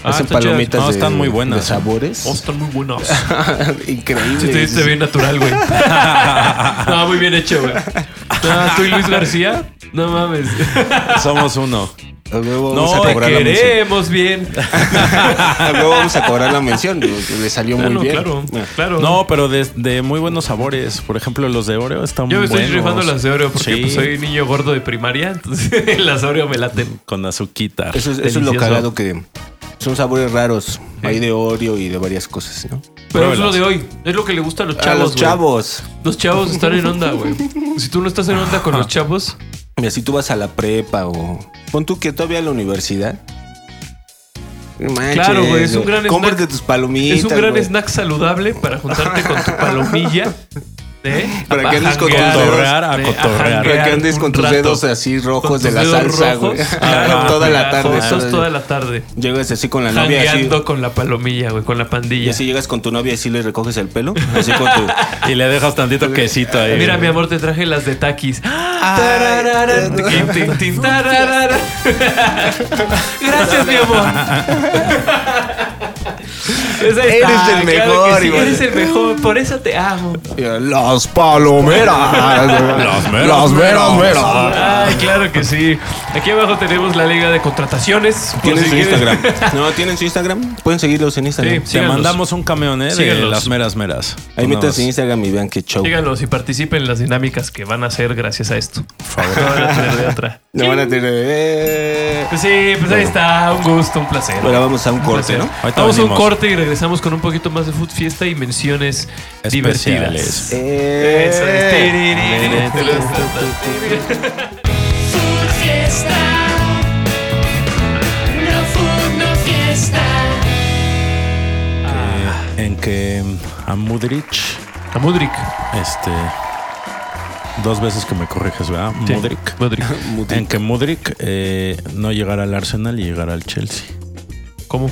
Ah,
Hacen
están chidas.
palomitas
No,
de,
están muy buenas.
de sabores.
Oh, están muy buenos.
Increíble.
Sí, te diste bien natural, güey. no, muy bien hecho, güey. No, tú y Luis García. No mames.
Somos uno.
A huevo vamos
No,
a
Te
cobrar la mención.
queremos bien.
A huevo vamos a cobrar la mención. digo, que Le salió
Claro,
muy bien.
claro.
Ah.
claro.
No, pero de, de muy buenos sabores. Por ejemplo, los de Oreo están muy
Yo me
buenos.
estoy rifando las de Oreo porque
Sí,
pues, soy niño gordo de primaria, entonces las Oreo me laten.
Con azuquita.
Eso, es, eso es lo
Delicioso.
cagado que son sabores raros. Hay de Oreo y de varias cosas, ¿no?
Pero es
Pruébelas.
lo de hoy, es lo que le gusta a los
a
chavos.
los
güey.
chavos.
Los chavos están en onda, güey. Si tú no estás en onda con los chavos,
Mira, si tú vas a la prepa o pon tú que todavía a la universidad. No manches,
Claro, güey, es un gran
Cómprate
snack.
tus palomitas.
es un gran
güey.
snack saludable para juntarte con tu palomilla. ¿eh?
Para
A
que andes con
janguear,
tus dedos.
Cotorrear, a
¿eh?
cotorrear.
Para que
janguear
andes con
un
tus
rato.
dedos así
Con
rojos
tus
de la
dedos
salsa,
rojos.
güey.
Claro,
toda la tarde.
pegajosos
toda-
toda la tarde.
Llegas así con la novia así,
Jangueando con la palomilla, güey, con la
y
pandilla.
así llegas con tu novia y así le recoges el pelo. Así con tu.
Y le dejas tantito quesito
eh,
ahí.
Mira, mi amor, te traje las de Takis.
Ah,
Ah,
Tararara.
Tin, tin, tin, tararara. Gracias, mi amor. Esa es-
Eres
Ah, claro
el mejor,
que sí,
Iván.
eres el mejor, por eso te amo.
Eh, Las palomeras.
Las meras, meras, meras.
Ah.
Ay, claro que sí. Aquí abajo tenemos la liga de contrataciones. por
¿Tienen
si
su
quieres.
Instagram? No, ¿tienen su Instagram? Pueden seguirlos en Instagram.
Sí.
Te
Síganos.
mandamos un camión, ¿eh? De
Síganos.
las meras, meras.
Ahí
Una
métanse en
vez.
Instagram y vean qué show.
Síganlos y participen en las dinámicas que van a hacer gracias a esto. Por favor. No van a tener de otra.
No van a tener. eh.
Pues sí, pues ahí está. Un gusto, un placer.
Ahora vamos a un corte, ¿no?
Placer.
Ahorita
Vamos a un
venimos.
corte y regresamos con un poquito más de Food Fiesta y menciones
Especiales.
divertidas.
Eh.
Eso
Eh.
es.
Food Fiesta. No food, no fiesta.
En que a Mudrich,
A Mudrik.
este. Dos veces que me corriges, ¿verdad?
Sí.
Mudrik.
Mudrik.
En que Mudrik eh, no llegará al Arsenal y llegará al Chelsea.
¿Cómo?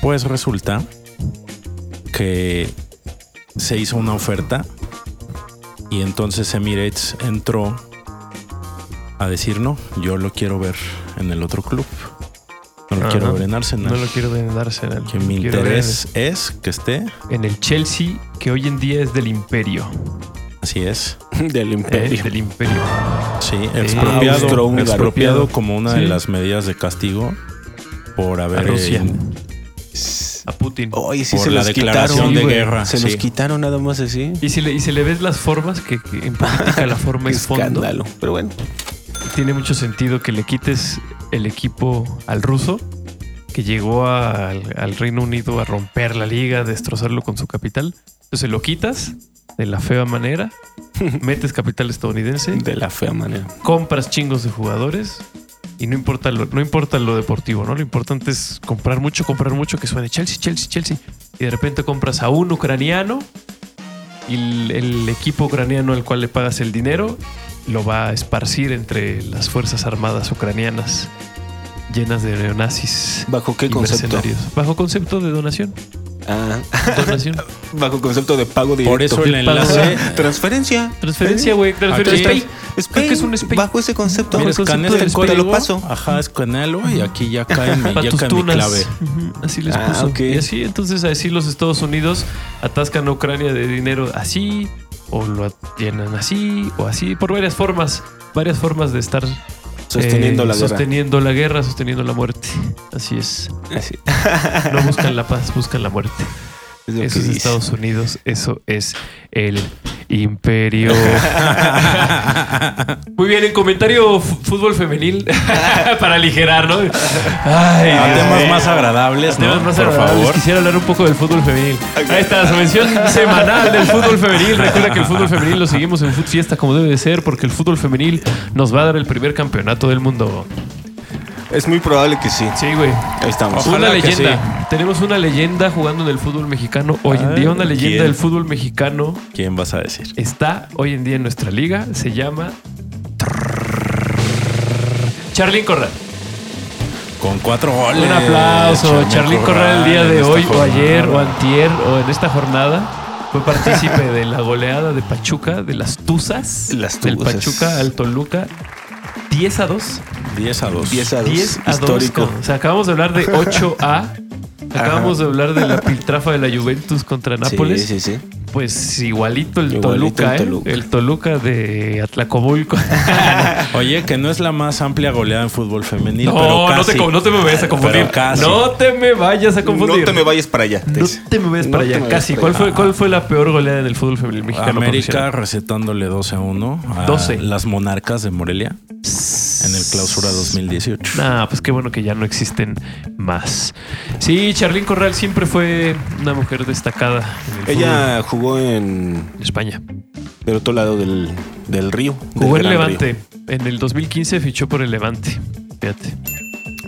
Pues resulta que se hizo una oferta y entonces Emirates entró a decir no, yo lo quiero ver en el otro club. No lo
Ajá.
quiero ver en Arsenal.
No lo quiero ver en Arsenal.
que mi
Quiero ver
interés es que esté,
En el Chelsea, que hoy en día es del Imperio.
así es,
Del
¿eh?
imperio.
Del Imperio.
sí, expropiado,
Austrohúngaro.
expropiado como una de
Sí.
las medidas de castigo por
A
haber
Rusia.
eh,
A Putin.
Oye, sí
Por
se
la
los
declaración
quitaron.
de
güey.
guerra,
Se los
sí.
quitaron nada más así.
Y si, le, y si le ves las formas, que, que en política la forma
Qué
es fondo,
escándalo. Pero bueno.
tiene mucho sentido que le quites el equipo al ruso, que llegó a- al, al Reino Unido a romper la liga, a destrozarlo con su capital. Entonces lo quitas de la fea manera, metes capital estadounidense,
De la fea manera.
compras chingos de jugadores y no importa lo, no importa lo deportivo, ¿no? Lo importante es comprar mucho, comprar mucho, que suene Chelsea, Chelsea, Chelsea. Y de repente compras a un ucraniano y el, el equipo ucraniano al cual le pagas el dinero lo va a esparcir entre las Fuerzas Armadas ucranianas llenas de neonazis.
¿Bajo qué
y
concepto?
mercenarios. Bajo concepto de donación.
Ah,
Donación.
bajo concepto de pago directo. Ah,
Por eso el
Directo.
enlace
Transferencia.
Transferencia, güey. Transferencia.
Aquí
Spay.
que es un spay.
Ah, Bajo ese concepto.
Mira,
el concepto
escanea
del
este
código.
Te
código,
lo paso.
Ajá, escanealo y aquí ya cae mi,
Pa'
ya
tus
cae mi
tunas.
clave.
Ujú, Así les
Ah,
puso.
ok.
Y así, entonces, así los Estados Unidos atascan a Ucrania de dinero así, o lo llenan así, o así, por varias formas. Varias formas de estar
Sosteniendo
eh,
la guerra.
sosteniendo la guerra, sosteniendo la muerte. Así es.
Así.
No buscan la paz, buscan la muerte.
Es lo
Eso
que
es
dice.
Estados Unidos, eso es el imperio. Muy bien, en comentario f- fútbol femenil para aligerar, ¿no? Ay,
A
Dios
temas
mío.
más agradables, ¿no?
Temas más
Por
agradables.
favor.
Quisiera hablar un poco del fútbol femenil. Ahí está, su mención semanal del fútbol femenil. Recuerda que el fútbol femenil lo seguimos en Food Fiesta como debe de ser, porque el fútbol femenil nos va a dar el primer campeonato del mundo.
Es muy probable que sí.
Sí, güey.
Ahí estamos.
Ojalá
una
que
leyenda. Tenemos una leyenda jugando en el fútbol mexicano. Hoy en
Ay,
día, una leyenda
Ah, ¿quién?
del fútbol mexicano
¿Quién vas a decir?
está hoy en día en nuestra liga. Se llama. Charlín Corral.
Con cuatro goles.
Un aplauso. Charlín
Charmín
Corral el día
en
de
esta
hoy, o
jornada.
ayer, o antier, o en esta jornada, fue partícipe de la goleada de Pachuca, de las Tuzas.
Las
Del
Tuzas.
Pachuca al Toluca. 10 a 2.
10 a 2.
10 a 2.
10 a 2.
histórico.
O sea, acabamos de hablar de 8A. Acabamos de hablar de la piltrafa de la Juventus contra Nápoles.
Sí, sí, sí.
Pues igualito el
Igualito
Toluca,
el
¿eh?
Toluca.
El Toluca de Atlacomulco.
Oye, que no es la más amplia goleada en fútbol femenil, pero
no, no
casi.
te, co- no te me vayas a confundir.
Pero casi.
No te me vayas a confundir.
No te me vayas para allá.
No
Tex.
te me vayas
No
para
te me
allá.
vayas
Casi.
para
¿Cuál
allá.
fue, ¿Cuál fue la peor goleada del fútbol femenil mexicano?
América
profesional?
recetándole 12 a 1 a
12.
las monarcas de Morelia en el clausura 2018.
Nah, pues qué bueno que ya no existen más. Sí, Charlín Corral siempre fue una mujer destacada en el fútbol
Ella jugó en
de España.
del otro lado del, del río. del
Jugó en
Gran
Levante.
Río.
En el 2015 fichó por el Levante. Fíjate.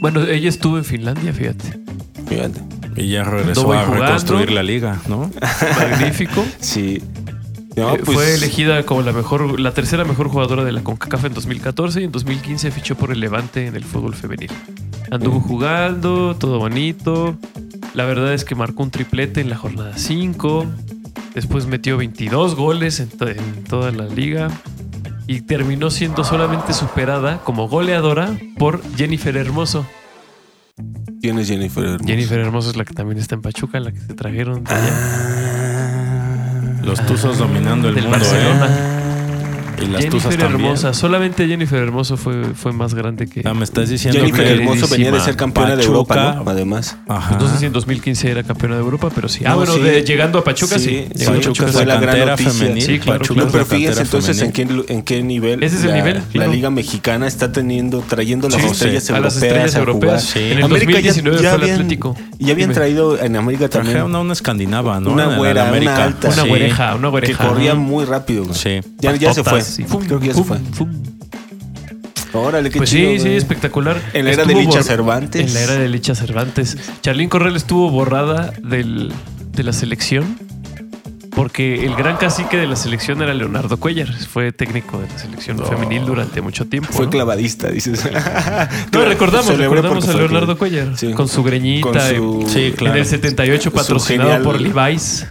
Bueno, ella estuvo en Finlandia, fíjate.
Fíjate.
Y ya regresó
Doble
a
jugando.
reconstruir la liga, ¿no?
Magnífico.
Sí. No,
Eh,
pues,
Fue elegida como la mejor, la tercera mejor jugadora de la CONCACAF en 2014 y en 2015 fichó por el Levante en el fútbol femenil. Anduvo
Mm.
jugando, todo bonito. La verdad es que marcó un triplete en la jornada 5. Después metió 22 goles en, to- en toda la liga. Y terminó siendo solamente superada como goleadora por Jennifer Hermoso.
¿Quién es Jennifer? Hermoso?
Jennifer Hermoso es la que también está en Pachuca, la que se trajeron de allá,
Ah,
Los Tuzos dominando el
del
mundo, ¿eh?
Barcelona.
Y las Tuzas
Jennifer
también.
Hermosa, solamente Jennifer Hermoso fue, fue más grande que.
O sea, me estás diciendo
Jennifer
que
Hermoso venía de
queridísima
ser campeona de
Pachuca-
Europa, ¿no? Además.
Ajá.
Pues No sé si en 2015 era campeona de Europa, pero sí. Ah,
Ah. No,
bueno,
sí.
de- llegando a Pachuca, sí.
Sí,
Llegando a
sí,
Pachuca,
fue
sí.
la gran
cantera
noticia.
femenil.
Sí, claro,
Pachuca
claro.
es la
pero fíjense
cantera
entonces en
femenil.
qué, en qué nivel,
Ese es el
la,
nivel,
la
claro.
Liga Mexicana está teniendo, trayendo las
Sí,
estrellas
sí,
a
europeas
las estrellas
a
europeas.
jugar.
Sí.
En el
América ya-
2019
ya
fue el
habían-
Atlético.
Ya habían
Dime.
traído en América también
Trajeron a una escandinava, ¿no?
Una
A la
güera, una
América.
alta.
Una
Sí.
güereja, una
que
güereja.
corría
¿no?
muy rápido. güey.
Sí.
Ya, ya se fue.
Patotas y fum,
Creo que ya
fum,
se fue.
fum.
Órale, qué
Pues
chido.
sí, sí,
güey.
espectacular.
En la era
Estuvo
de Licha
bor-
Cervantes.
En la era de Licha Cervantes. Charlín Corral estuvo borrada del- de la selección porque el gran cacique de la selección era Leonardo Cuellar. Fue técnico de la selección femenil durante mucho tiempo.
Fue
¿no?
clavadista, dices.
No, recordamos,
Celebré
recordamos
porque
a
fue
Leonardo
clav-
Cuellar
Sí.
con su greñita.
Con su-
eh,
Sí, claro.
En el 78
Su
patrocinado
genial-
por Levi's.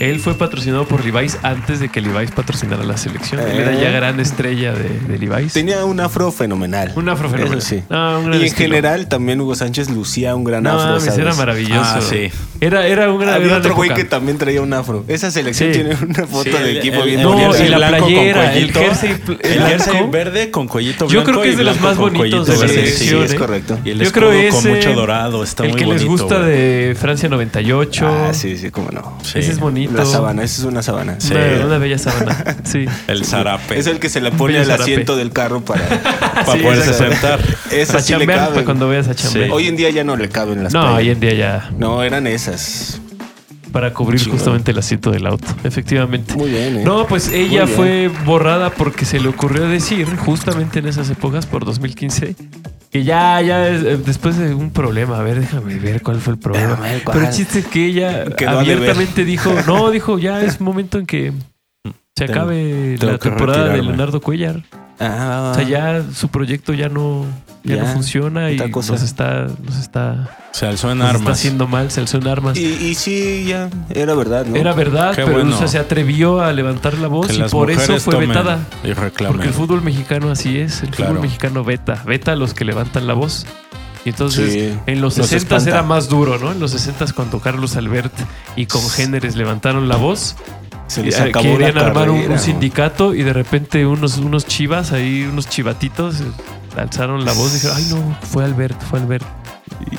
Él fue patrocinado por Levi's antes de que Levi's patrocinara la selección. Él era
Eh.
ya gran estrella de, de Levi's.
Tenía un afro fenomenal.
un afro fenomenal.
Eso sí.
No, un gran
y en
estilo.
general también Hugo Sánchez lucía un gran
No,
afro.
mames,
¿sabes?
era maravilloso.
Ah, sí.
Era, era un gran.
Había
gran
otro güey
época.
que también traía un afro. Esa selección
Sí.
tiene una foto
Sí,
de
el-
equipo
el-
bien
el
No,
bonita.
jersey
y la
blanco con
playera, el
cuellito.
jersey pl-
El jersey
blanco.
verde con cuellito
Yo
blanco.
creo que
y
es de los
blanco
más
con
bonitos de
cuellito
la
verde,
selección.
sí, es
¿eh?
correcto.
Y el
Yo creo
escudo
ese,
con mucho dorado, está
el
muy
que les
bonito,
gusta
güey.
de Francia 98.
Ah, sí, sí, cómo no.
Sí.
Ese es bonito.
La sábana, esa es una sábana.
Sí.
Una, una bella sábana. Sí.
El zarape.
Es el que se le pone
Bello
al
zarape.
asiento del carro para,
Para poderse
exacto.
sentar.
Esa
Para
sí le
chambear,
cabe.
para cuando veas a chambear.
Hoy en día ya no le caben las
no,
playas.
hoy en día ya.
No, eran esas.
Para cubrir justamente el asiento del auto. Efectivamente.
Muy bien, ¿eh?
No, pues ella
Muy
fue
bien.
borrada porque se le ocurrió decir, justamente en esas épocas, por 2015, que ya, ya, eh, después de un problema, a ver, déjame ver cuál fue el problema.
Déjame ver cuál.
Pero el chiste es que ella
Quedó a deber.
abiertamente dijo, no, dijo, ya es momento en que se
Tengo-
acabe
tengo
la
que
temporada de
retirarme.
Leonardo Cuellar.
Ah,
O sea, ya su proyecto ya no, ya
Ya,
no funciona y
otra cosa.
nos está, nos está,
Se alzó en
nos está
armas.
haciendo mal, se alzó en armas.
Y, y sí, ya era verdad, ¿no?
Era verdad,
Qué
pero
bueno.
o sea, se atrevió a levantar la voz
Que
y
las
Oh, por eso
mujeres
fue
tomen
vetada.
Y reclamen.
Porque el fútbol mexicano así es, el
Claro.
fútbol mexicano veta, veta a los que levantan la voz. Y entonces
Sí,
en los
los
60
espanta.
era más duro, ¿no? En los 60 cuando Carlos Albert y Congéneres levantaron la voz,
Se
eh,
les acabó la
querían armar un- un,
carrera, ¿no?
sindicato y de repente unos, unos chivas ahí, unos chivatitos, eh, alzaron la voz y dijeron, ay no, fue Albert, fue Albert.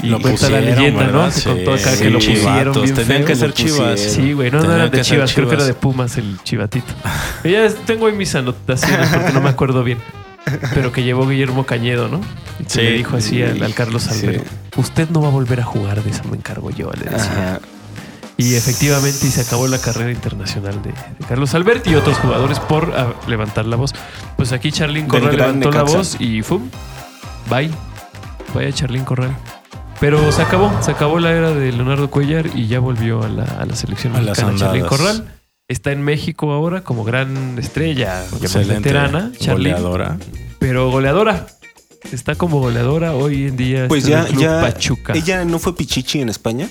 Y
Lo
cuenta la
pusieron,
leyenda, ¿no?
¿verdad?
Se
Sí,
contó acá
sí,
que lo pusieron
chivatos.
bien
Tenían
feo.
que
lo
ser chivas.
pusieron.
Sí, güey, no, no
Tenían
eran
que
de
ser
Chivas, creo que era
Chivas.
de Pumas el chivatito. Y ya es- tengo ahí mis anotaciones porque no me acuerdo bien. Pero que llevó Guillermo Cañedo, ¿no? Y que
Sí.
le dijo así al, al Carlos
Sí.
Alberto. Usted no va a volver a jugar, de eso me encargo yo, le decía.
Ajá.
Y efectivamente y se acabó la carrera internacional de, de Carlos Alberto y otros jugadores por ah, levantar la voz. Pues aquí Charlín
Del
Corral
gran
levantó la
Necaxa.
voz y ¡fum! Bye. Vaya Charlín Corral. Pero se acabó, se acabó la era de Leonardo Cuellar y ya volvió a la, a la selección
A las
mexicana. Charlín
andadas.
Corral está en México ahora como gran estrella, llamémosle
Excelente
veterana, Charlín,
goleadora.
pero goleadora. Está como goleadora hoy en día.
Pues
está en
ya,
el club
ya.
Pachuca.
¿Ella no fue Pichichi en España?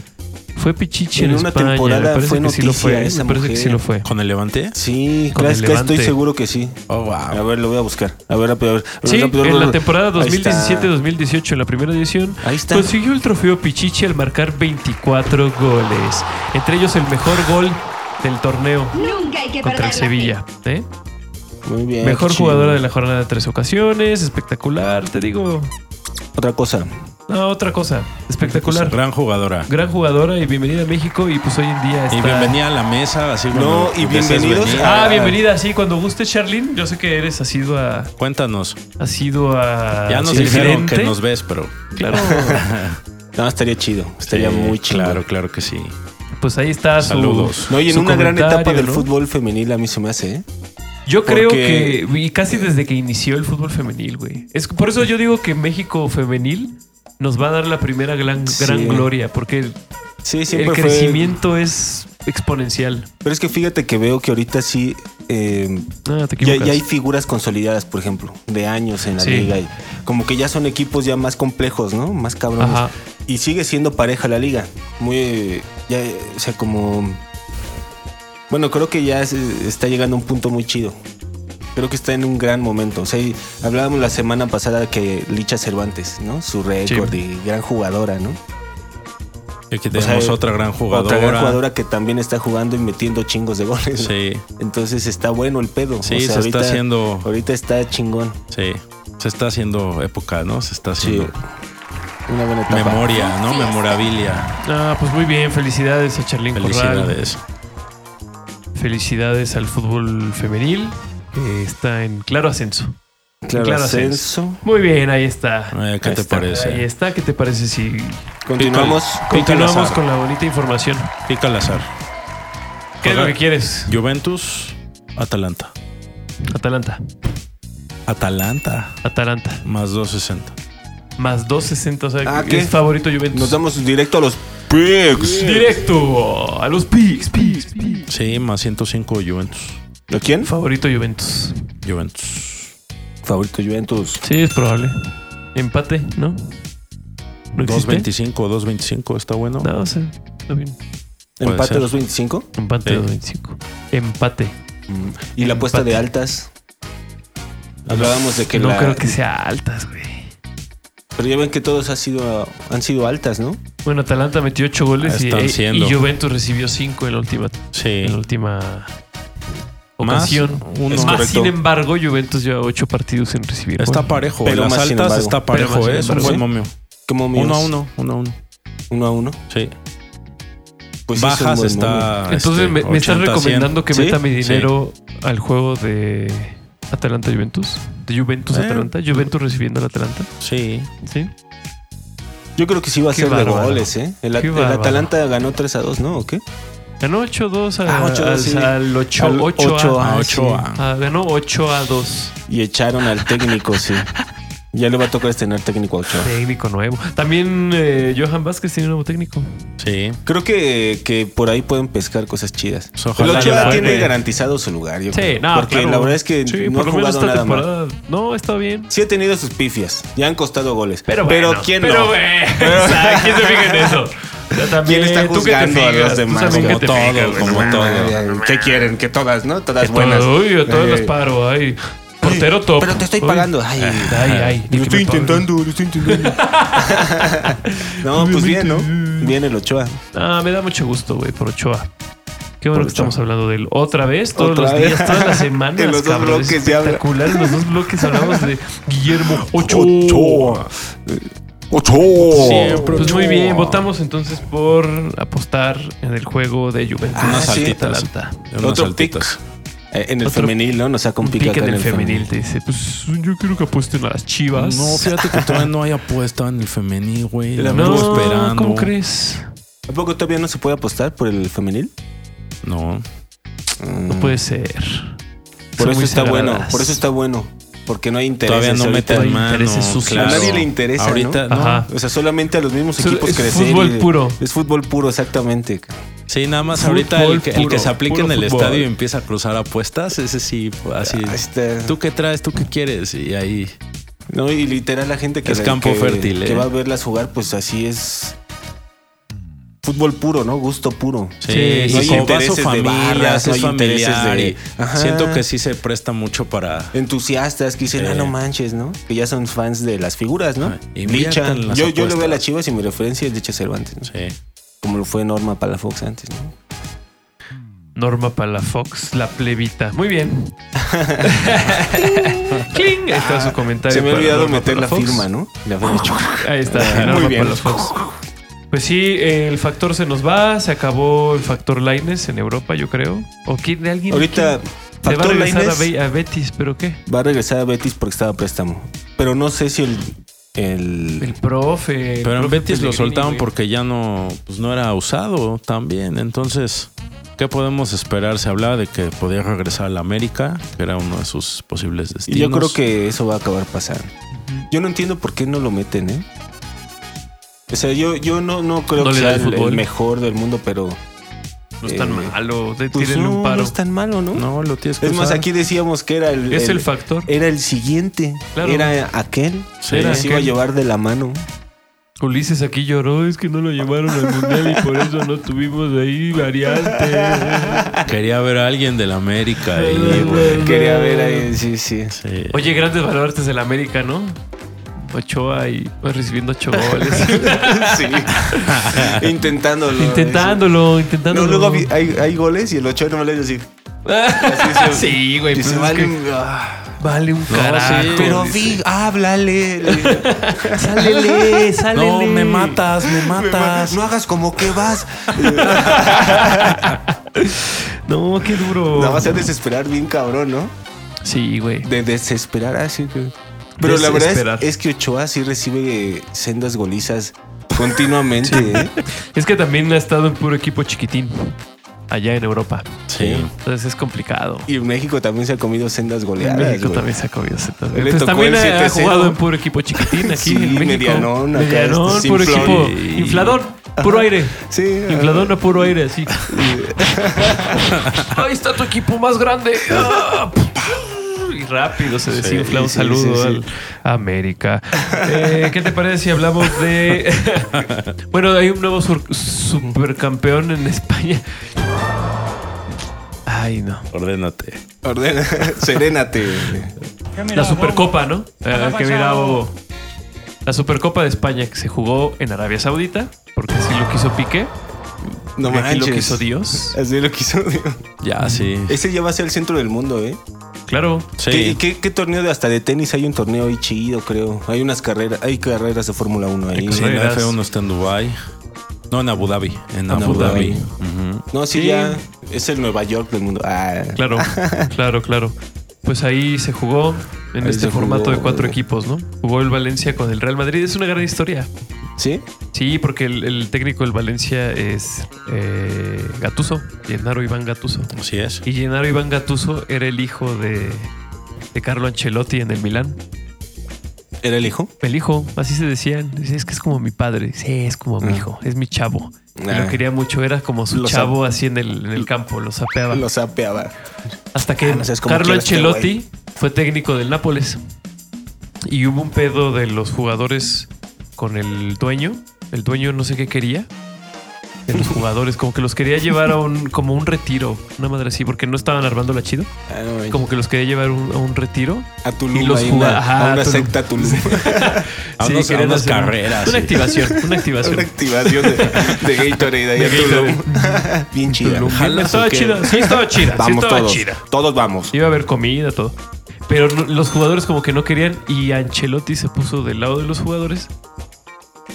fue Pichichi en,
En una
España.
temporada
me parece
fue
que sí lo
noticia
fue. eh,
esa
me parece que
mujer.
sí lo fue.
¿Con el levante?
Sí,
Con
casi-
el
casi estoy
Levante.
seguro que sí.
Oh,
A
wow.
ver, lo voy a buscar. A ver, rápido. a ver.
Sí,
Rápido,
en la
rápido.
temporada
Ahí está.
2017-2018, en la primera edición,
Ahí está.
consiguió el trofeo Pichichi al marcar 24 goles, entre ellos el mejor gol del torneo
Nunca hay que
contra el
perder la fe.
Sevilla. ¿eh?
Muy bien.
Mejor
qué chido.
jugadora de la jornada de tres ocasiones, espectacular, te digo.
Otra cosa.
No, otra cosa, espectacular.
Gran jugadora.
Gran jugadora y bienvenida a México y pues hoy en día está...
Y bienvenida a la mesa, así
No,
cuando
y
desees
bienvenidos
venir.
Ah, bienvenida, sí, cuando guste Charlene, yo sé que eres asidua,
Cuéntanos.
asidua
Ya nos
sí,
dijeron
diferente.
que nos ves, pero.
Claro,
No, estaría chido. Estaría
Sí,
muy chido.
Claro, claro que sí.
pues ahí está su...
Saludos.
No, y en
su
una gran etapa
comentario,
del
¿no?
fútbol femenil a mí se me hace, ¿eh?
Yo creo
Porque-
que y casi desde que inició el fútbol femenil, güey. Es que por eso yo digo que México femenil nos va a dar la primera gran,
Sí.
gran gloria, porque el,
Sí,
el
siempre fue-
crecimiento es exponencial.
Pero es que fíjate que veo que ahorita sí eh,
No, te
ya,
equivocas.
ya hay figuras consolidadas, por ejemplo, de años en la
Sí.
liga. y como que ya son equipos ya más complejos, ¿no? Más cabrones.
Ajá.
Y sigue siendo pareja la liga. Muy. eh, Ya, eh, o sea, como. Bueno, creo que ya es- está llegando a un punto muy chido. Creo que está en un gran momento. O sea, y hablábamos la semana pasada que Licha Cervantes, ¿no? Su récord
Sí.
y gran jugadora, ¿no?
Y Aquí tenemos
sea,
otra gran jugadora.
Otra gran jugadora que también está jugando y metiendo chingos de goles. ¿no?
Sí,
Entonces está bueno el pedo.
sí,
O sea,
se está haciendo.
Ahorita está chingón.
Sí, se está haciendo época, ¿no? Se está
Sí.
haciendo
Una buena etapa.
memoria, ¿no?
Sí,
Memorabilia.
Ah, pues muy bien, felicidades a Charlene Corral.
Felicidades.
Felicidades al fútbol femenil, que está en claro ascenso.
Claro,
Claro,
ascenso.
Muy bien, ahí está.
Eh, ¿Qué
Ahí
te
está.
Ahí
parece?
está, ¿qué te parece si
Continuamos.
Pica al
continuamos
azar.
con la bonita información?
Pica al azar.
¿Qué es
Juega-
lo que quieres?
Juventus, Atalanta.
Atalanta,
Atalanta.
Atalanta.
Más 260.
Más 260, o sea,
Ah,
es
¿qué?
favorito Juventus.
Nos damos directo a los picks.
Directo a los picks, picks, picks.
Sí, más 105 Juventus.
¿De quién?
Favorito Juventus.
Juventus.
Favorito Juventus.
Sí, es probable. Empate, ¿no? ¿No existe?
225, 225, está bueno.
No, o sea, está bien.
Puede
Empate
ser.
225.
Empate
Sí.
225. Empate.
Y la apuesta
Empate.
de altas. Hablábamos de que
no
la-
creo que sea altas, güey.
Pero ya ven que todos ha sido, han sido altas, ¿no?
Bueno, Atalanta metió 8 goles y,
Ah, Están siendo.
y Juventus recibió 5 en la última,
Sí.
en la última
Más
ocasión.
uno.
Más,
Es correcto.
sin embargo, Juventus lleva 8 partidos sin recibir. gol.
Está parejo.
Pero
Las
más sin
altas
embargo.
está
Pero más
parejo,
sin
¿eh? es un
embargo.
buen momio.
Como
Uno a uno, uno a uno.
Uno a uno.
Sí.
Pues sí, es un
Bajas
buen momento.
está.
Entonces
este,
me, me estás
80, 100.
recomendando que
¿Sí?
meta mi
Sí.
dinero al juego de Atalanta Juventus. De Juventus
Eh.
Atalanta. Juventus recibiendo al Atalanta.
Sí.
Sí.
Yo creo que sí va a
Qué
ser de
bárbaro.
goles, ¿eh? El,
Qué
el
bárbaro.
Atalanta ganó 3 a 2, ¿no? ¿O qué?
Ganó 8-2 a-
Ah, 8-2,
al,
sí.
al 8,
Al
8 a,
A
Ah,
8 a.
Ah, Ganó 8 a 2.
Y echaron al técnico, sí. Ya le va a tocar estrenar técnico a Ochoa.
Técnico nuevo. También eh, Johan Vázquez tiene nuevo técnico.
Sí.
Creo que, que por ahí pueden pescar cosas chidas.
Pues ojalá
el
que
Ochoa
la
tiene
juegue.
garantizado su lugar, yo
Sí,
creo.
no,
Porque
claro.
la verdad es que
Sí,
no ha
por lo menos
jugado
esta
nada mal.
temporada. No, está bien.
Sí ha tenido sus pifias, ya han costado goles.
Pero, bueno,
¿quién
pero
no?
bueno, o sea, ¿Quién se fija en eso? Ya también,
¿Quién
tú
está
que te
juzgando a
fijas,
los
tú
demás?
también que
Como
te
todo,
fijas, güey.
como
Ah,
todo.
¿Qué quieren? Que todas, ¿no? Todas
Que
buenas.
todo- uy, yo todas
Eh,
las paro, ay. Portero top.
Pero te estoy
Uy.
pagando. Ay,
Ay, ay. y que
lo
me
estoy
paguen.
intentando, lo estoy intentando. no, pues bien, ¿no? Bien el Ochoa.
Ah, me da mucho gusto, güey, por Ochoa. Qué bueno
Por
que estamos
Ochoa.
hablando de él otra vez, todos
Otra
los
vez.
días, todas las semanas.
En los dos
cabrón, es
bloques se habla.
espectacular. En los dos bloques hablamos de Guillermo Ochoa.
Ochoa. Ochoa.
Siempre
Pues muy
Ochoa.
bien, votamos entonces por apostar en el juego de Juventus.
Ah,
Unas
sí,
altitas.
Atalanta.
Unas
Otro
altitas.
Eh, En el
Otro-
femenil, ¿no? Nos saca un
Un
pique
pique
acá
del
en el
femenil te dice, pues yo quiero que apuesten a las chivas.
No, fíjate que todavía no hay apuesta en el femenil, güey. La
no,
vengo esperando.
¿cómo crees?
¿A poco todavía no se puede apostar por el femenil?
No.
No puede ser.
Mm. Por
Son
eso
muy
está bueno,
sagradas.
por eso está bueno. Porque no hay interés.
Todavía no meten
hay
mano.
intereses sucios.
claro.
A nadie le interesa,
Ahorita,
¿no?
no.
Ajá.
O sea, solamente a los mismos
Es-
equipos
es
crecer.
fútbol
y-
puro.
Es fútbol puro, exactamente.
Sí, nada más
Fútbol
ahorita el que, el que
puro,
se aplique en
puro
el
fútbol.
estadio y empieza a cruzar apuestas, ese sí, así.
Ah,
Ahí está.
¿Tú qué traes? ¿Tú qué quieres? Y ahí.
No, y literal la gente que
¿eh?
Es campo
que-
fértil,
que
eh.
va a verlas jugar, pues así es. fútbol puro, ¿no? Gusto puro.
Sí,
No hay
y como vas
intereses
su
de
familia,
barras,
es
no hay
familiar.
intereses
y
de- Ajá.
Siento que sí se presta mucho para.
Entusiastas que dicen,
Sí.
ah, no manches, ¿no? Que ya son fans de las figuras, ¿no?
Ah,
Ajá. Y
Licha.
inviertan en las
Yo, yo le veo a las
apuestas.
chivas y mi referencia es Licha Cervantes, ¿no?
Sí.
Como lo fue Norma Palafox antes, ¿no?
Norma Palafox, la plebita. Muy bien. ¡Cling! Ahí está su comentario.
Ah, Se me ha
para
olvidado
Norma
meter la
Palafox.
firma, ¿no? La firma.
Ahí está,
Muy
Norma
bien.
Palafox. Pues sí, el factor se nos va, se acabó el factor Lines en Europa, yo creo. ¿O quién de alguien?
Ahorita,
se va a
Factor
regresar a,
Lainez
Be- a Betis, pero ¿qué?
va a regresar a Betis porque estaba a préstamo. Pero no sé si el. el-
El profe. el
Pero en
profe pues,
Betis lo
Pellegrini,
soltaron
güey.
porque ya no, pues no era usado también. Entonces, ¿qué podemos esperar? Se hablaba de que podía regresar a la América, que era uno de sus posibles
y
destinos.
yo creo que eso va a acabar pasando. Yo no entiendo por qué no lo meten, ¿eh? O sea, yo, yo no, no creo
No
que
le da
sea
el
el, el
fútbol.
mejor del mundo, pero.
No es tan
eh,
malo, de-
Pues
tírenle
no,
un paro.
no es tan malo, ¿no?
No, lo tienes que
Es más,
usar.
aquí decíamos que era el.
es el factor.
Era el siguiente.
Claro.
Era aquel.
Sí.
que se iba a
aquel.
llevar de la mano.
Ulises aquí lloró, es que no lo llevaron al mundial y por eso no tuvimos ahí variante.
Quería ver a alguien del América ahí, güey.
Quería ver ahí. Sí, sí.
Sí.
Oye, grandes baluartes del América, ¿no? Ochoa y pues, recibiendo ocho goles.
sí. Intentándolo.
intentándolo,
No,
intentándolo.
luego vi- hay, hay goles y el 8 no me le decir.
sí, güey.
Y
pues
se
es
vale.
que
ah,
vale un
No,
carajo.
sí,
pero
dice.
vi, háblale. le-
Sálele, sálele.
No, me matas, me
me ma-
matas.
no hagas como que vas.
No, qué duro.
La vas a desesperar bien cabrón, ¿no?
Sí, güey.
De desesperar así. que- Pero la verdad
Desesperar.
es, es que Ochoa sí recibe sendas golizas continuamente. ¿eh?
Es que también ha estado en puro equipo chiquitín. Allá en Europa.
Sí.
Entonces es complicado.
Y en México también se ha comido sendas
En
goleadas.
México
güey.
también se ha comido setas.
Le
Entonces
tocó
también
el
ha
7-0.
jugado en puro equipo chiquitín aquí
Sí,
en México.
medianón, acá,
Medianón,
este,
puro equipo.
simplón.
Inflador, puro aire.
Sí.
Inflador a puro aire, así. Ahí está tu equipo más grande. Ah, Y rápido se desinfla. Un
sí,
saludo
sí, sí.
al a América. Eh, ¿Qué te parece si hablamos de. bueno, hay un nuevo sur- supercampeón en España. Ay, no.
Ordénate.
Ordena, serénate.
La Supercopa, ¿no? Eh, que mira, Bobo. La Supercopa de España que se jugó en Arabia Saudita, porque así lo quiso Piqué,
No
porque así lo
manches. Eh.
quiso Dios.
Así lo quiso Dios.
Ya, sí.
Ese ya va a ser el centro del mundo, ¿eh?
Claro.
Sí.
¿Qué, qué, qué torneo de hasta de tenis? Hay un torneo ahí chido, creo. Hay unas carreras, hay carreras de Fórmula 1 ahí.
Sí, la
carreras.
F1 está en Dubai. No, en Abu Dhabi. En Abu,
Abu
Dhabi.
Dhabi.
Ujú.
No, sí,
Sí.
ya es el Nueva York del mundo. Ah.
Claro, claro, claro. Pues ahí se jugó en
Ahí
este
se
formato
jugó.
de cuatro equipos, ¿no? Jugó el Valencia con el Real Madrid. Es una gran historia.
¿Sí?
Sí, porque el, el técnico del Valencia es eh, Gatuso, Gennaro Iván Gatuso.
Así es.
Y Gennaro Iván Gatuso era el hijo de, de Carlo Ancelotti en el Milán.
¿Era el hijo?
El hijo, así se decían. Dice, es que es como mi padre. Sí, es como mi
Ah.
hijo, es mi chavo. Y
Ah.
Lo quería mucho, era como su
Lo
chavo así en el, en el campo, lo sapeaba.
Lo sapeaba.
Hasta que
Ah, no seas como
Carlo
quiero este
Ancelotti
güey.
fue técnico del Nápoles. Y hubo un pedo de los jugadores con el dueño. El dueño no sé qué quería. De los jugadores, como que los quería llevar a un, como un retiro, una madre así, porque no estaban armándola chido.
Ah, no, güey.
Como que los quería llevar un- a un retiro.
a Tulum,
y los
ahí,
jugadores-
una-
ajá,
a una
Tulum.
secta Tulum.
A
Sí,
unos- a
querían
unas
hacer un-
carreras,
Una
sí.
activación, una activación.
una activación de, de Gatorade ahí
De
a Tulum. Bien chida.
Tulum.
¿Jalas
Estaba
o qué?
chida, sí, estaba chida. sí,
Vamos
estaba
todos.
chida.
Todos vamos.
Iba a haber comida, todo. Pero no- los jugadores como que no querían y Ancelotti se puso del lado de los jugadores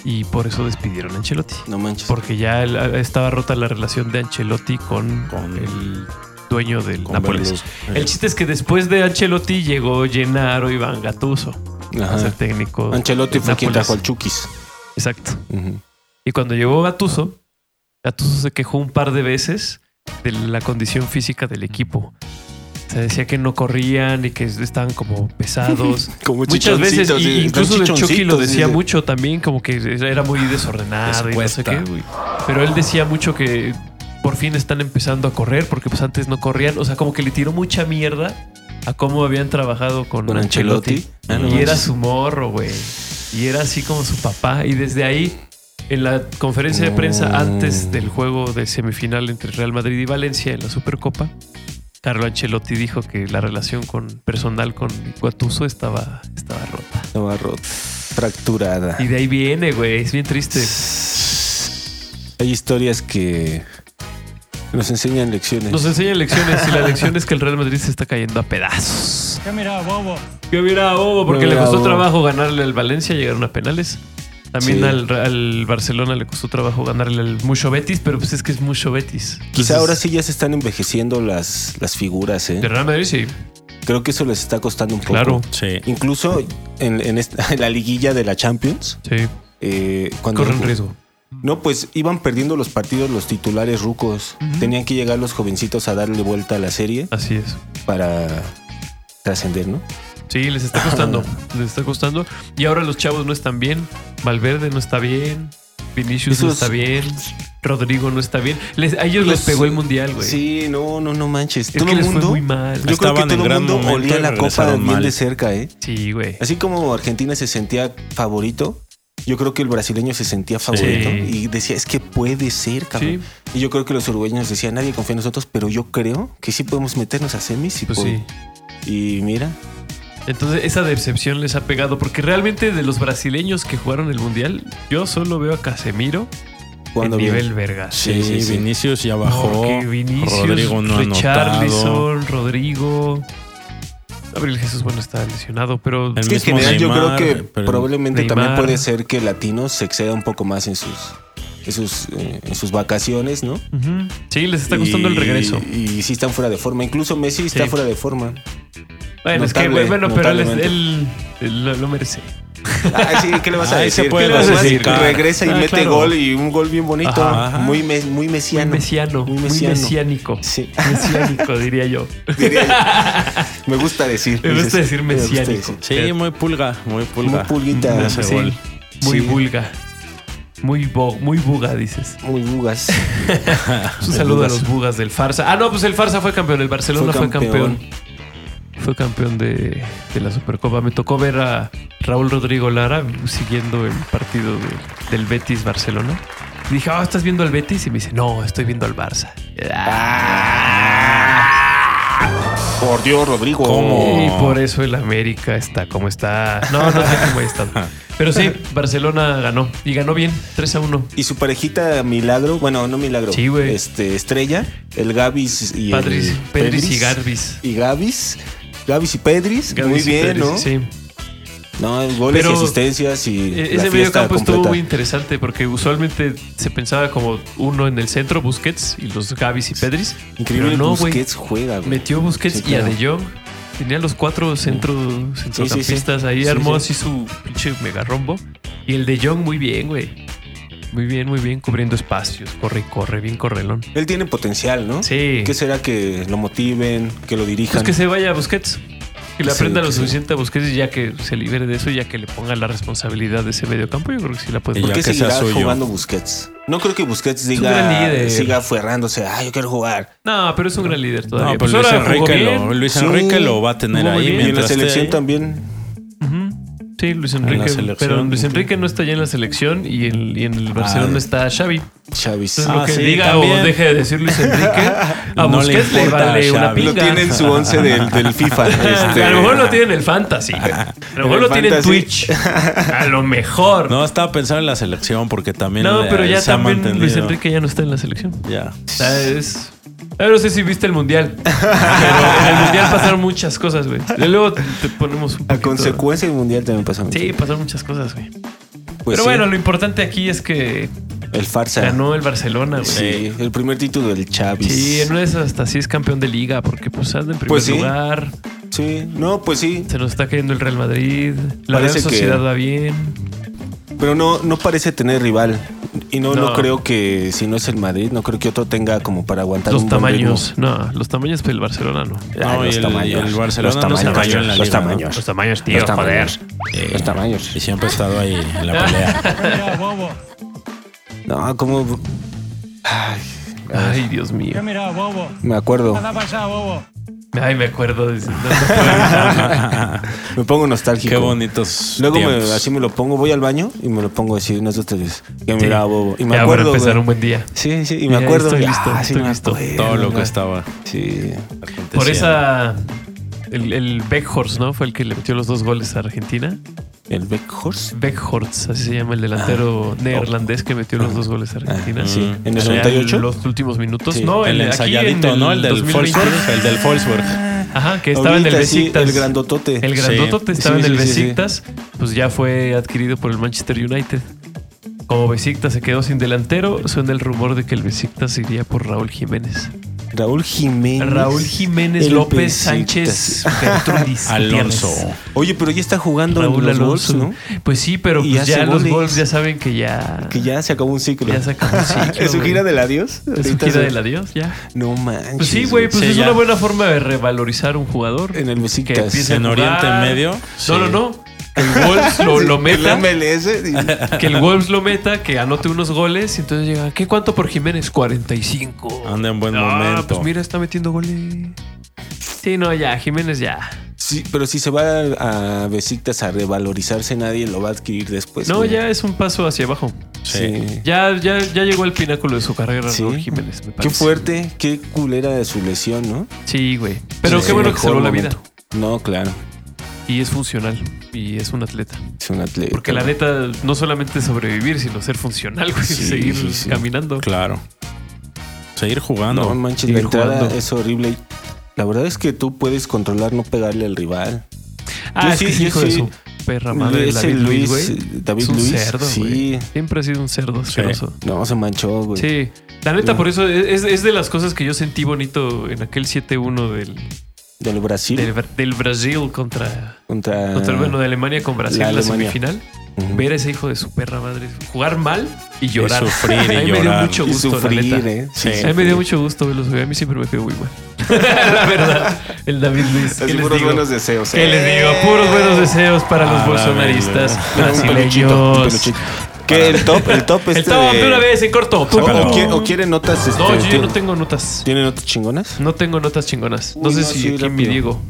y por eso despidieron a Ancelotti.
No manches.
Porque ya el- estaba rota la relación de Ancelotti con,
Con-
el dueño del
con
Nápoles.
Berlusconi.
El chiste es que después de Ancelotti llegó Gennaro Iván Gattuso a
Ajá.
ser técnico.
Ancelotti
del
fue quien
Nápoles.
trajo al Chukis.
Exacto.
Ujú.
Y cuando llegó Gatuso, Gatuso se quejó un par de veces de la condición física del equipo. Se decía que no corrían y que estaban como pesados.
Como
Muchas veces,
chichoncitos,
y-
sí, están
incluso el Chucky lo
chichoncitos,
decía
sí.
mucho también, como que era muy desordenado y no sé
Descuesta.
qué. Ah, güey. Pero él decía mucho que por fin están empezando a correr porque pues antes no corrían. O sea, como que le tiró mucha mierda a cómo habían trabajado con,
Con
Ancelotti.
Ancelotti. Ah, no
y era
manches.
su morro, güey. Y era así como su papá. Y desde ahí En la conferencia de
Mm.
prensa antes del juego de semifinal entre Real Madrid y Valencia en la Supercopa, Carlo Ancelotti dijo que la relación con, personal con Guatuso estaba, estaba rota.
Navarro, fracturada.
Y de ahí viene, güey. Es bien triste.
Hay historias que nos enseñan lecciones.
Nos enseñan lecciones y la lección es que el Real Madrid se está cayendo a pedazos.
¿Qué mira, bobo?
Que hubiera bobo, porque
Que
le
hubiera
costó
bobo.
trabajo ganarle al Valencia, llegaron a penales. También
Sí.
al, al Barcelona le costó trabajo ganarle al Mucho Betis, pero pues es que es Mucho Betis.
Quizá
Entonces,
ahora sí ya se están envejeciendo las, las figuras, ¿eh?
De Real Madrid sí,
Creo que eso les está costando un poco.
claro.
Sí.
Incluso en, en esta- en la liguilla de la Champions,
Sí,
eh, cuando
corren riesgo.
No, pues iban perdiendo los partidos los titulares rucos. Tenían que llegar los jovencitos a darle vuelta a la serie
Así es.
para trascender, ¿no?
Sí, les está costando. les está costando. Y ahora los chavos no están bien. Valverde no está bien. Vinicius no
Esos-
está bien. Rodrigo no está bien. Les- a ellos les
Los-
pegó el mundial, güey.
Sí, no, no, no manches.
es
todo
que
el
les fue
mundo.
muy mal.
Yo creo que
Estaban
todo
en
el
gran
mundo
momento
olía
y
la copa
regresaron
bien
mal.
de cerca, ¿eh?
Sí, güey.
Así como Argentina se sentía favorito, yo creo que el brasileño se sentía favorito
Sí.
y decía, es que puede ser, cabrón.
Sí.
Y yo creo que los uruguayos decían, nadie confía en nosotros, pero yo creo que sí podemos meternos a semis y,
Pues
po-
sí.
y mira,
Entonces esa decepción les ha pegado porque realmente de los brasileños que jugaron el mundial, yo solo veo a Casemiro en
cuando bien.
nivel vergas.
Sí,
Sí, sí.
Vinicius ya bajó.
Porque Vinicius,
Rodrigo no ha anotado.
Richarlison, Rodrigo, Gabriel Jesús bueno está lesionado, pero
El
Es que en
mismo
general yo creo
Neymar,
que
pero-
probablemente
Neymar.
también puede ser que latinos se exceda un poco más en sus, en sus, eh, en sus vacaciones, ¿no?
Ujú. sí les está gustando
Y-
el regreso.
Y sí están fuera de forma. Incluso Messi está
Sí.
fuera de forma.
Bueno, es que
notable,
bueno, pero él, es-
notablemente.
él- él lo, lo merece.
Ah, sí, ¿qué le vas a
Ahí
decir?
se puede
¿Qué le vas a decir?
justificar.
Regresa y
Ah,
mete
claro.
gol y un gol bien bonito.
Ajá.
Muy, mes- muy mesiano.
Muy mesiano,
Muy
muy
mesiano.
mesiánico.
Sí.
Mesiánico diría yo.
Diría yo. Me gusta decir.
Me gusta decir
me gusta
mesiánico. Ah,
decir.
Sí, muy pulga, muy pulga.
Muy pulguita.
Ese
Sí.
gol.
Muy
Sí.
vulga. Muy, bo- muy buga, dices.
Muy bugas.
Un saludo a los bugas del Farsa. Ah, no, pues el Farsa fue campeón. El Barcelona
Fue
fue
campeón.
campeón. Fue campeón de, de la Supercopa. Me tocó ver a Raúl Rodrigo Lara siguiendo el partido de- del Betis Barcelona. Y dije, ah, ¿estás viendo al Betis? Y me dice, no, estoy viendo al Barça.
Ah. Por Dios, Rodrigo.
¿Cómo?
Y por eso el América está como está. No, no sé cómo está. Pero sí, Barcelona ganó. Y ganó bien, 3 a 1.
Y su parejita Milagro, bueno, no Milagro,
Sí, güey.
este Estrella, el Gavis y el
Padres, Pedris y Garbis.
Y Gavis, Gavis y Pedris,
Gavis
Este, muy
y
bien,
Pedris,
¿no?
Sí.
No, goles y
Pero
asistencias y
E-
la
Ese medio
fiesta
campo estuvo
completa.
muy interesante porque usualmente se pensaba como uno en el centro, Busquets y los Gavis y Pedris.
Increíble,
Pero no, güey.
Busquets juega, güey.
Metió Busquets
Sí,
y a
claro.
De Jong. Tenía los cuatro centro, centrocampistas
sí.
ahí,
Sí,
armó
sí.
así su pinche mega rombo. Y el De Jong muy bien, güey. Muy bien, muy bien, cubriendo espacios. Corre, y corre, bien correlón.
Él tiene potencial, ¿no?
Sí.
¿Qué será que lo motiven, que lo dirijan?
Pues que se vaya a Busquets. Que le
Sí,
aprenda lo
que sí.
suficiente a Busquets y ya que se libere de eso, ya que le ponga la responsabilidad de ese medio campo, yo creo que sí la puede
Y
¿Por
ya
qué
que sea
seguirá
suyo.
jugando Busquets? No creo que Busquets
gran
diga,
líder.
siga aferrándose. Ah, yo quiero jugar.
No, pero es un gran líder todavía.
No,
Pues
pero Luis
ahora jugó
Enrique,
bien.
lo, Luis
Sí.
Enrique lo va a tener
Jugó muy
ahí
bien.
mientras
Y en la
esté
selección
ahí.
también.
Ujú. Sí, Luis Enrique.
selección,
pero Luis
sí.
Enrique no está ya en la selección y en, y en el Barcelona está Xavi.
Chavis.
Entonces,
Ah,
lo que
sí,
diga
también.
o deje de decir Luis Enrique, a
No le
Busquets le,
importa a
vale una
Xavi.
pinga.
Lo tiene en su once del, del FIFA. este.
A lo mejor lo tiene en el Fantasy. A lo mejor
el
lo tiene en
Fantasy.
Twitch. A lo mejor. No,
No, estaba pensando en la selección porque también le-
pero ya
se ha
también Luis
mantenido.
Enrique ya no está en la selección.
Ya.
O sea, es... Ah, no sé si viste el Mundial. Pero en el Mundial pasaron muchas cosas, güey. Luego te te ponemos un
A
poquito...
consecuencia del mundial también pasa mucho.
Sí, pasaron muchas cosas, güey.
Pues
Pero
sí,
bueno, lo importante aquí es que
el farsa.
ganó el Barcelona, güey. Sí.
Sí, el primer título del Chavis.
en una de esas hasta sí es campeón de liga, porque pues anda en primer
Pues sí.
lugar,
Sí, no, pues sí.
se nos está cayendo el Real Madrid, la
Parece que-
Real Sociedad va bien.
Pero no, no parece tener rival. Y no, no.
No.
creo que, si no es el Madrid, no creo que otro tenga como para aguantar
Los
un buen
tamaños, no, los tamaños del Barcelona no.
ritmo. Ay,
No, y el- y el Barcelona
los
no se
tamaños,
cayó en la
Los
liga, ¿no?
tamaños.
Los tamaños, tío,
los tamaños.
joder.
Los tamaños.
Y siempre ha estado ahí en la pelea.
¿Qué mira, bobo?
No, como... Ay,
Ay, Dios mío.
¿Qué mira, bobo?
me acuerdo.
Nada pasa, bobo.
Ay, me acuerdo de no, no puedo evitarlo.
Me pongo nostálgico.
Qué bonitos.
Luego me-
tiempos.
así me lo pongo, voy al baño y me lo pongo así unas dos tres veces. Ya me
Sí.
lavo. Y me
ya
acuerdo.
para empezar
güey.
un buen día.
Sí, sí, y me
Ya
acuerdo.
estoy
y,
listo,
ah, sí
estoy
me
listo.
acuerdo,
todo lo que
güey.
estaba.
Sí.
Por esa. El, el Beckhorst, ¿no? Fue el que le metió los dos goles a Argentina.
El Beckhorst.
Beckhorst, así se llama el delantero neerlandés que metió los dos goles a Argentina.
Ah,
Ah. Sí. En el
Ya
98.
En los últimos minutos.
Sí,
no,
El
el, aquí en
ensayadito, ¿no? El del
2021.
Wolfsburg. El del Wolfsburg.
Ajá, que estaba en el
Ahorita sí,
Besiktas.
el grandotote.
El grandotote
Sí.
estaba
Sí,
en el
sí, sí, sí.
Besiktas, pues ya fue adquirido por el Manchester United. Como Besiktas se quedó sin delantero, suena el rumor de que el Besiktas iría por Raúl Jiménez.
Raúl Jiménez.
Raúl Jiménez
El
López
Besiktas.
Sánchez Gertrudis
Alonso.
Gutiérrez.
Oye, pero ya está jugando en
Raúl
los
Alonso.
Wolves,
Pues sí, pero
Y
pues
hace
ya los
goles.
Wolves ya saben que ya,
¿no? Que ya se acabó un ciclo.
ya se acabó el ciclo,
¿Es su
güey.
gira del adiós?
Es su
Ahorita
gira
se-
del adiós, ya.
No manches.
Pues sí, güey, pues
Sí,
es
ya.
una buena forma de revalorizar un jugador.
En el
que
Besiktas.
empiece
En
a jugar.
Oriente Medio, sí.
No, no, no. El Wolves lo, lo meta.
El MLS. y-
Que el Wolves lo meta, que anote unos goles y entonces llega, ¿qué cuánto por Jiménez? 45.
Anda en buen
Ah,
momento.
Pues mira, está metiendo goles. Sí, no, ya, Jiménez ya.
Sí, pero si se va a Besiktas a revalorizarse, nadie lo va a adquirir después.
No,
güey.
ya es un paso hacia abajo.
Sí.
Sí.
Ya, ya, ya llegó al pináculo de su carrera,
Sí.
Raúl Jiménez. me
Qué
parece.
fuerte, qué culera de su lesión, ¿no?
Sí, güey. Pero
Sí,
qué bueno
su
que salvó la
mejor
vida.
momento. No, claro.
Y es funcional. Y es un atleta.
Es un atleta.
Porque la neta, no solamente sobrevivir, sino ser funcional, güey.
Sí,
seguir
sí, sí.
caminando.
Claro. Seguir jugando.
No manches,
sigue
la entrada
jugando.
es horrible. La verdad es que tú puedes controlar no pegarle al rival. Yo sí,
Ah, es que
yo
hijo de
sí.
su perra madre.
Ese
David Luiz,
Luis,
güey.
eh, David
es un
Luis,
cerdo,
sí.
güey. Siempre ha sido un cerdo asqueroso.
Eh, No, se manchó, güey.
Sí. La neta,
Sí.
por eso es, es de las cosas que yo sentí bonito en aquel 7-1 del,
Del Brasil
del, Bra- del Brasil contra,
contra,
contra, bueno, de Alemania con Brasil
la
en la
Alemania.
semifinal.
Ujú.
Ver a ese hijo de su perra madre jugar mal y llorar.
sufrir y
a mí me dio
llorar.
mucho
y
gusto, la
sufrir,
neta.
¿eh?
Sí.
A mí me dio mucho gusto verlos jugar. A mí siempre me quedó muy mal. la verdad. El David Luis. ¿Qué
Así
les
puros
digo?
buenos deseos.
¿Qué
¿eh?
les digo? Puros buenos deseos para los
Ah,
bolsonaristas
Pero un peluchito, un
brasileños.
peluchito. Que el top, el top este
El top de una vez en corto.
O,
Pum,
Sácalo.
pum.
o quiere- o quiere notas este,
No, yo ya
¿tien-
no tengo notas.
¿Tienen notas chingonas?
No tengo notas chingonas. No
Uy,
sé
no, sí,
si aquí mi
rápido.
Diego.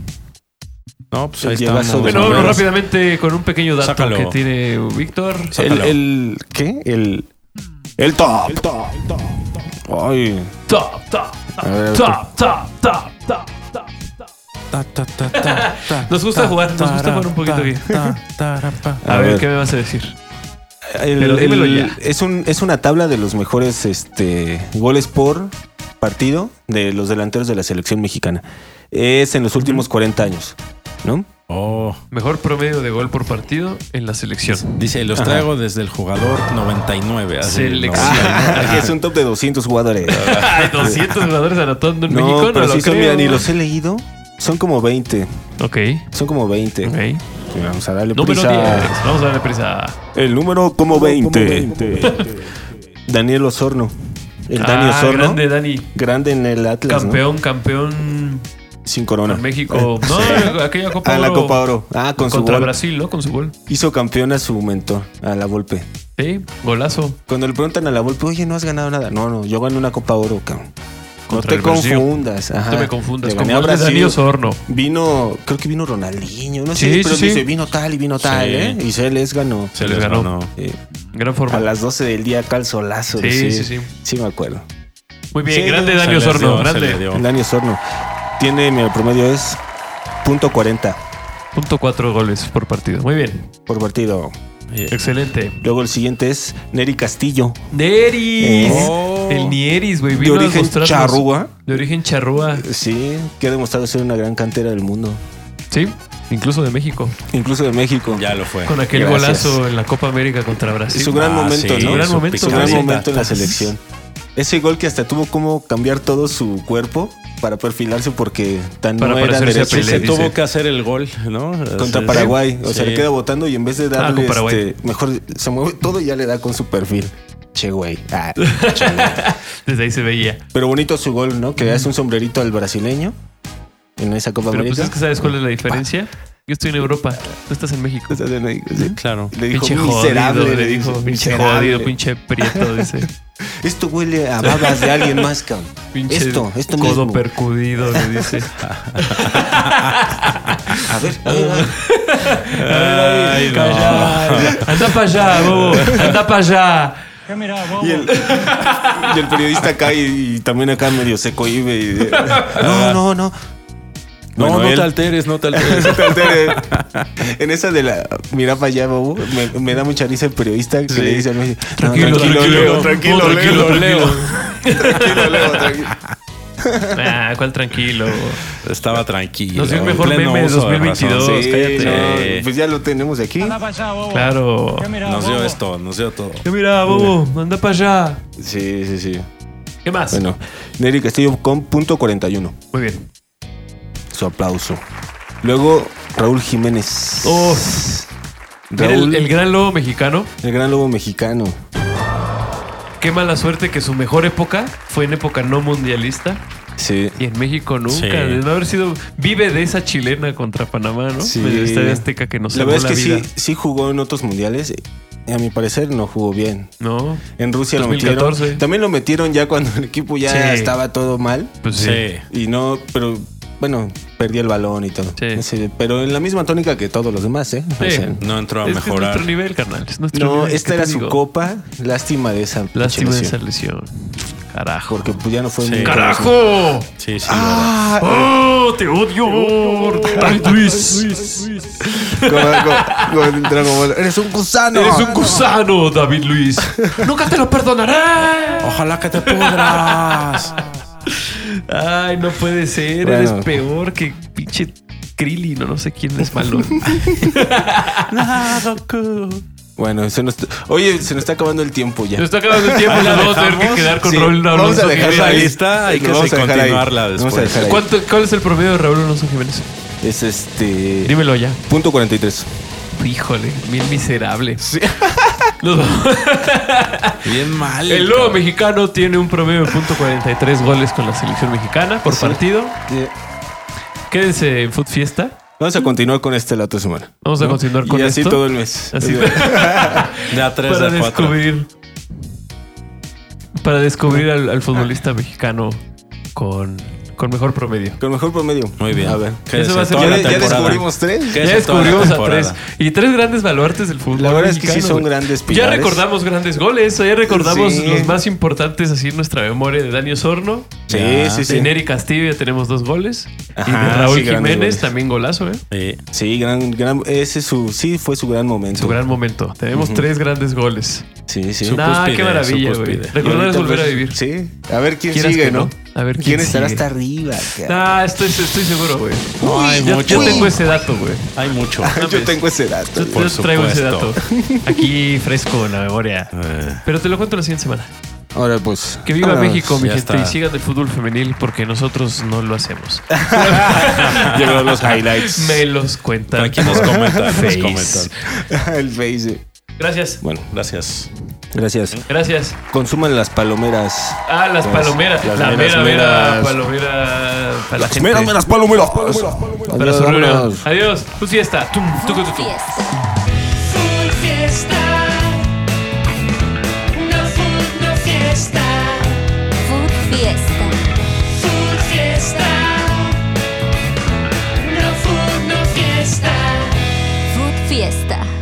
No, pues
El
ahí
llegazo
estamos.
de
Bueno,
Pues
vámonos
no.
rápidamente con un pequeño dato
Sácalo.
que tiene Víctor.
El,
Sácalo.
el ¿qué? El el top. El top. Ay,
Top, top,
A ver,
top, top, top, top, top, top, top.
Ta, ta, ta, ta, ta,
Nos gusta
ta,
jugar, nos gusta
tara,
jugar un poquito
ta,
aquí.
ta, tara, pa.
A,
A
ver,
ver.
¿qué me vas a decir?
el-
Pero dímelo
el-
ya.
es un es una tabla de los mejores este goles por partido de los delanteros de la selección mexicana. Es en los últimos 40 años, ¿no?
Oh,
Mejor promedio de gol por partido en la selección.
dice, los
Ajá.
traigo desde el jugador 99. Así,
Selección.
noventa y nueve.
es un top de 200 jugadores.
Ay, 200 jugadores anotando en México.
no, pero
lo
sí son,
creo.
mira, ni los he leído. Son como 20,
Ok,
son como 20.
ok.
Vamos a darle
Número 10.
prisa.
Vamos a darle prisa.
El número como 20. Daniel Osorno. El Dani
Ah,
Osorno.
grande
Grande.
Dani.
en el Atlas. ¿no?
Campeón, campeón
Sin corona.
con México. No, aquella Copa
eh, Ah, la
Oro
Copa Oro. Ah, con su
contra
gol.
Brasil, ¿no? Con su gol.
Hizo campeón a su mentor, a la Volpe.
Sí, golazo.
Cuando le preguntan a la Volpe, oye, no has ganado nada. No, no, yo gané una Copa Oro, cabrón. No
Contra
te
el Brasil.
confundas. Ajá.
No te me confundas.
Ah, Le
Con
gané a
gol de
Brasil.
Dani Osorno.
Vino, creo que vino Ronaldinho, no sé,
Sí,
pero
sí, sí.
dice, vino tal y vino tal,
Sí.
¿eh? Y se les ganó.
Se les
ganó.
ganó.
Eh,
Gran
a
forma.
las 12 del día, calzolazo.
Sí,
decir.
sí, sí.
Sí, me acuerdo.
Muy bien,
Sí,
grande
se
Dani
Se les
Osorno.
dio, se le
grande.
dio.
El año Sorno. Tiene, mi promedio es punto .40
Punto cuatro goles por partido. Muy bien.
por partido.
Excelente.
Luego el siguiente es Neri Castillo.
Neris.
Oh.
El Nieris, güey.
De
vino a
origen
mostrarnos-
charrúa.
De origen charrúa.
Sí, que ha demostrado ser una gran cantera del mundo.
Sí, incluso de México.
Incluso de México.
Ya lo fue.
Con aquel
Gracias.
golazo en la Copa América contra
Es
Brasil.
su gran
Ah,
momento,
sí,
¿no?
su gran
Su-
momento.
Su gran
Sí.
momento en la selección. Ese gol que hasta tuvo como cambiar todo su cuerpo para perfilarse porque tan
Para
no era
parecerse a
derecho.
Pelé,
Se
Exacto.
tuvo
dice.
que hacer el gol, ¿no?
Contra
Sí.
Paraguay. O sea,
Sí.
le queda votando y en vez de darle
con Paraguay.
este, mejor se mueve todo y ya le da con su perfil. Che, güey. Ah, chale.
Desde ahí se veía.
Pero bonito su gol, ¿no? Que le hace un sombrerito al brasileño en esa Copa
Pero pues
América.
es que sabes cuál es la diferencia. Yo estoy en Europa, tú estás en México.
Estás en ahí, pues, sí.
Claro.
Le dijo
pinche
miserable,
jodido,
le dijo
pinche
miserable.
jodido, pinche prieto, dice.
Esto huele a babas de alguien más, cabrón.
Pinche
Esto, esto
codo
mismo.
percudido, le dice.
A ver, a ver, a ver.
Ay, no.
Ah,
Calla. Anda para allá, bobo. Anda para allá.
Y el, y el periodista acá y, y también acá medio se cohibe. y de-
Ah,
no, no, no.
No,
Bueno,
no
él-
te alteres, no te alteres.
Se te altera. En esa de la mira para allá, bobo, me, me da mucha risa el periodista que le dice al Messi, "No,
Tranquilo, tranquilo,
Leo,
tranquilo,
tranquilo,
Leo,
tranquilo, Leo, tranquilo".
Ah, cuál tranquilo. bobo.
Estaba tranquilo.
Nos dio el
en
mejor
pleno
meme de
uso razón.
2022.
Sí,
Sí,
cállate.
no, pues ya lo tenemos aquí.
Claro.
Nos dio esto, nos dio todo.
Ya mira, bobo, anda para allá.
Sí, sí, sí.
¿Qué más?
Bueno, Nery Castillo con punto 41.
Muy bien.
Su aplauso. Luego Raúl Jiménez.
Oh. Mira
Raúl,
el, el gran lobo mexicano.
el gran lobo mexicano.
Qué mala suerte que su mejor época fue en época no mundialista.
Sí.
Y en México nunca.
Sí.
De no haber sido. Vive de esa chilena contra Panamá, ¿no?
Sí.
Medio estadio azteca que nos
la
salvó la,
verdad es que sí,
vida.
sí jugó en otros mundiales. y A mi parecer no jugó bien.
No.
En Rusia
2014.
lo metieron. También lo metieron ya cuando el equipo ya
Sí.
estaba todo mal.
Pues sí.
Sí.
Y no, pero bueno, perdía el balón y todo.
Sí.
Sí, pero en la misma tónica que todos los demás, ¿eh? O
Sí.
sea,
No entró a
Es que es
mejorar.
nuestro nivel, carnal. es nuestro
no,
nivel,
esta
¿qué te
era su
digo?
copa. Lástima de esa. pinche
Lástima de esa
lesión.
lesión. Carajo.
Porque pues, ya no fue
Sí.
muy conocido.
¡Carajo!
Sí, sí.
Ah,
¡Oh, te odio! ¡Ay, Luis!
como- como- como el Dragon Ball. Eres un gusano.
¡Eres un gusano, David Luis! ¡Nunca te lo perdonaré!
Ojalá que te pudras.
Ay, no puede ser.
Bueno.
Eres peor que pinche Krillin o no sé quién es malo.
Bueno, se nos... oye, se nos está acabando el tiempo ya.
Se está acabando el tiempo. Nos vamos a tener que quedar con
Sí,
Raúl Alonso
vamos a dejar
Jiménez.
esa
ahí.
lista, hay
Lo
que
vamos a dejar ahí.
continuarla
Vamos a
después.
dejar ahí.
¿Cuánto- ¿Cuál es el promedio de Raúl Alonso Jiménez?
Es este.
Dímelo ya.
Punto 43.
Híjole, bien miserable. Nos vamos.
Bien mal.
El lobo
cabrón.
mexicano tiene un promedio de .43 goles con la selección mexicana por
Sí.
partido. Quédense en Food Fiesta.
Vamos a continuar con este la otra semana.
Vamos a continuar con
y así
esto.
todo el mes.
Así
De a tres
para
a cuatro.
descubrir para descubrir al, al
Ah.
futbolista mexicano con, con mejor promedio.
Con mejor promedio.
Muy bien.
A ver.
Quédense
Eso va a ser-
toda
Ya,
la
ya
temporada.
descubrimos tres.
Quédense
ya
toda la
descubrimos a tres
temporada.
y tres grandes baluartes del fútbol.
La verdad es que
mexicano,
sí son
güey.
grandes
Ya
pilares.
recordamos grandes goles, ya recordamos
Sí.
los más importantes así en nuestra memoria de Dani Osorno.
Sí,
Ya.
sí, sí.
En Eric Castillo ya tenemos dos goles. y
Ajá,
de Raúl
sí, grandes
Jiménez
goles.
también golazo, ¿eh?
Sí.
Sí, gran, gran. Ese es su, sí fue su gran momento.
Su gran momento. Tenemos
Ujú.
tres grandes goles.
Sí, sí.
Su
Nah,
cúspide,
qué maravilla,
su
güey.
cúspide.
Y
Recordar es
ahorita,
volver a
pues,
vivir.
Sí. A ver quién
Quieras
sigue,
que
¿no?
no. A ver
quién,
quién
estará
sigue.
hasta arriba. cara?
Ah, estoy, estoy seguro, güey.
No, hay
Yo, yo
mucho.
tengo ese dato, güey.
Hay mucho.
Yo tengo ese dato.
Yo,
Por
yo traigo ese dato.
supuesto.
Aquí fresco en la memoria.
Eh,
Pero te lo cuento la siguiente semana.
Ahora pues.
Que viva
vámonos.
México, mi
ya
gente,
está.
y sigan el fútbol femenil porque nosotros no lo hacemos.
Llegaron los highlights.
Me los cuentan.
Aquí nos comentan, nos
Face.
comentan.
El face.
Gracias.
Bueno,
Gracias.
gracias.
Gracias.
Consuman las palomeras.
Ah, las
Las-
palomeras.
las
la
meras,
mera, mera
meras.
palomera para la gente.
Mira, mira, las palomeras.
Para
Adiós,
su reunión.
vámonos.
Adiós. Pues Tu fiesta. Tum, tu, tu, tu, tu.
fiesta.
Food fiesta. No food, no fiesta.
Food fiesta.
Food fiesta. No food, no fiesta.
Food fiesta.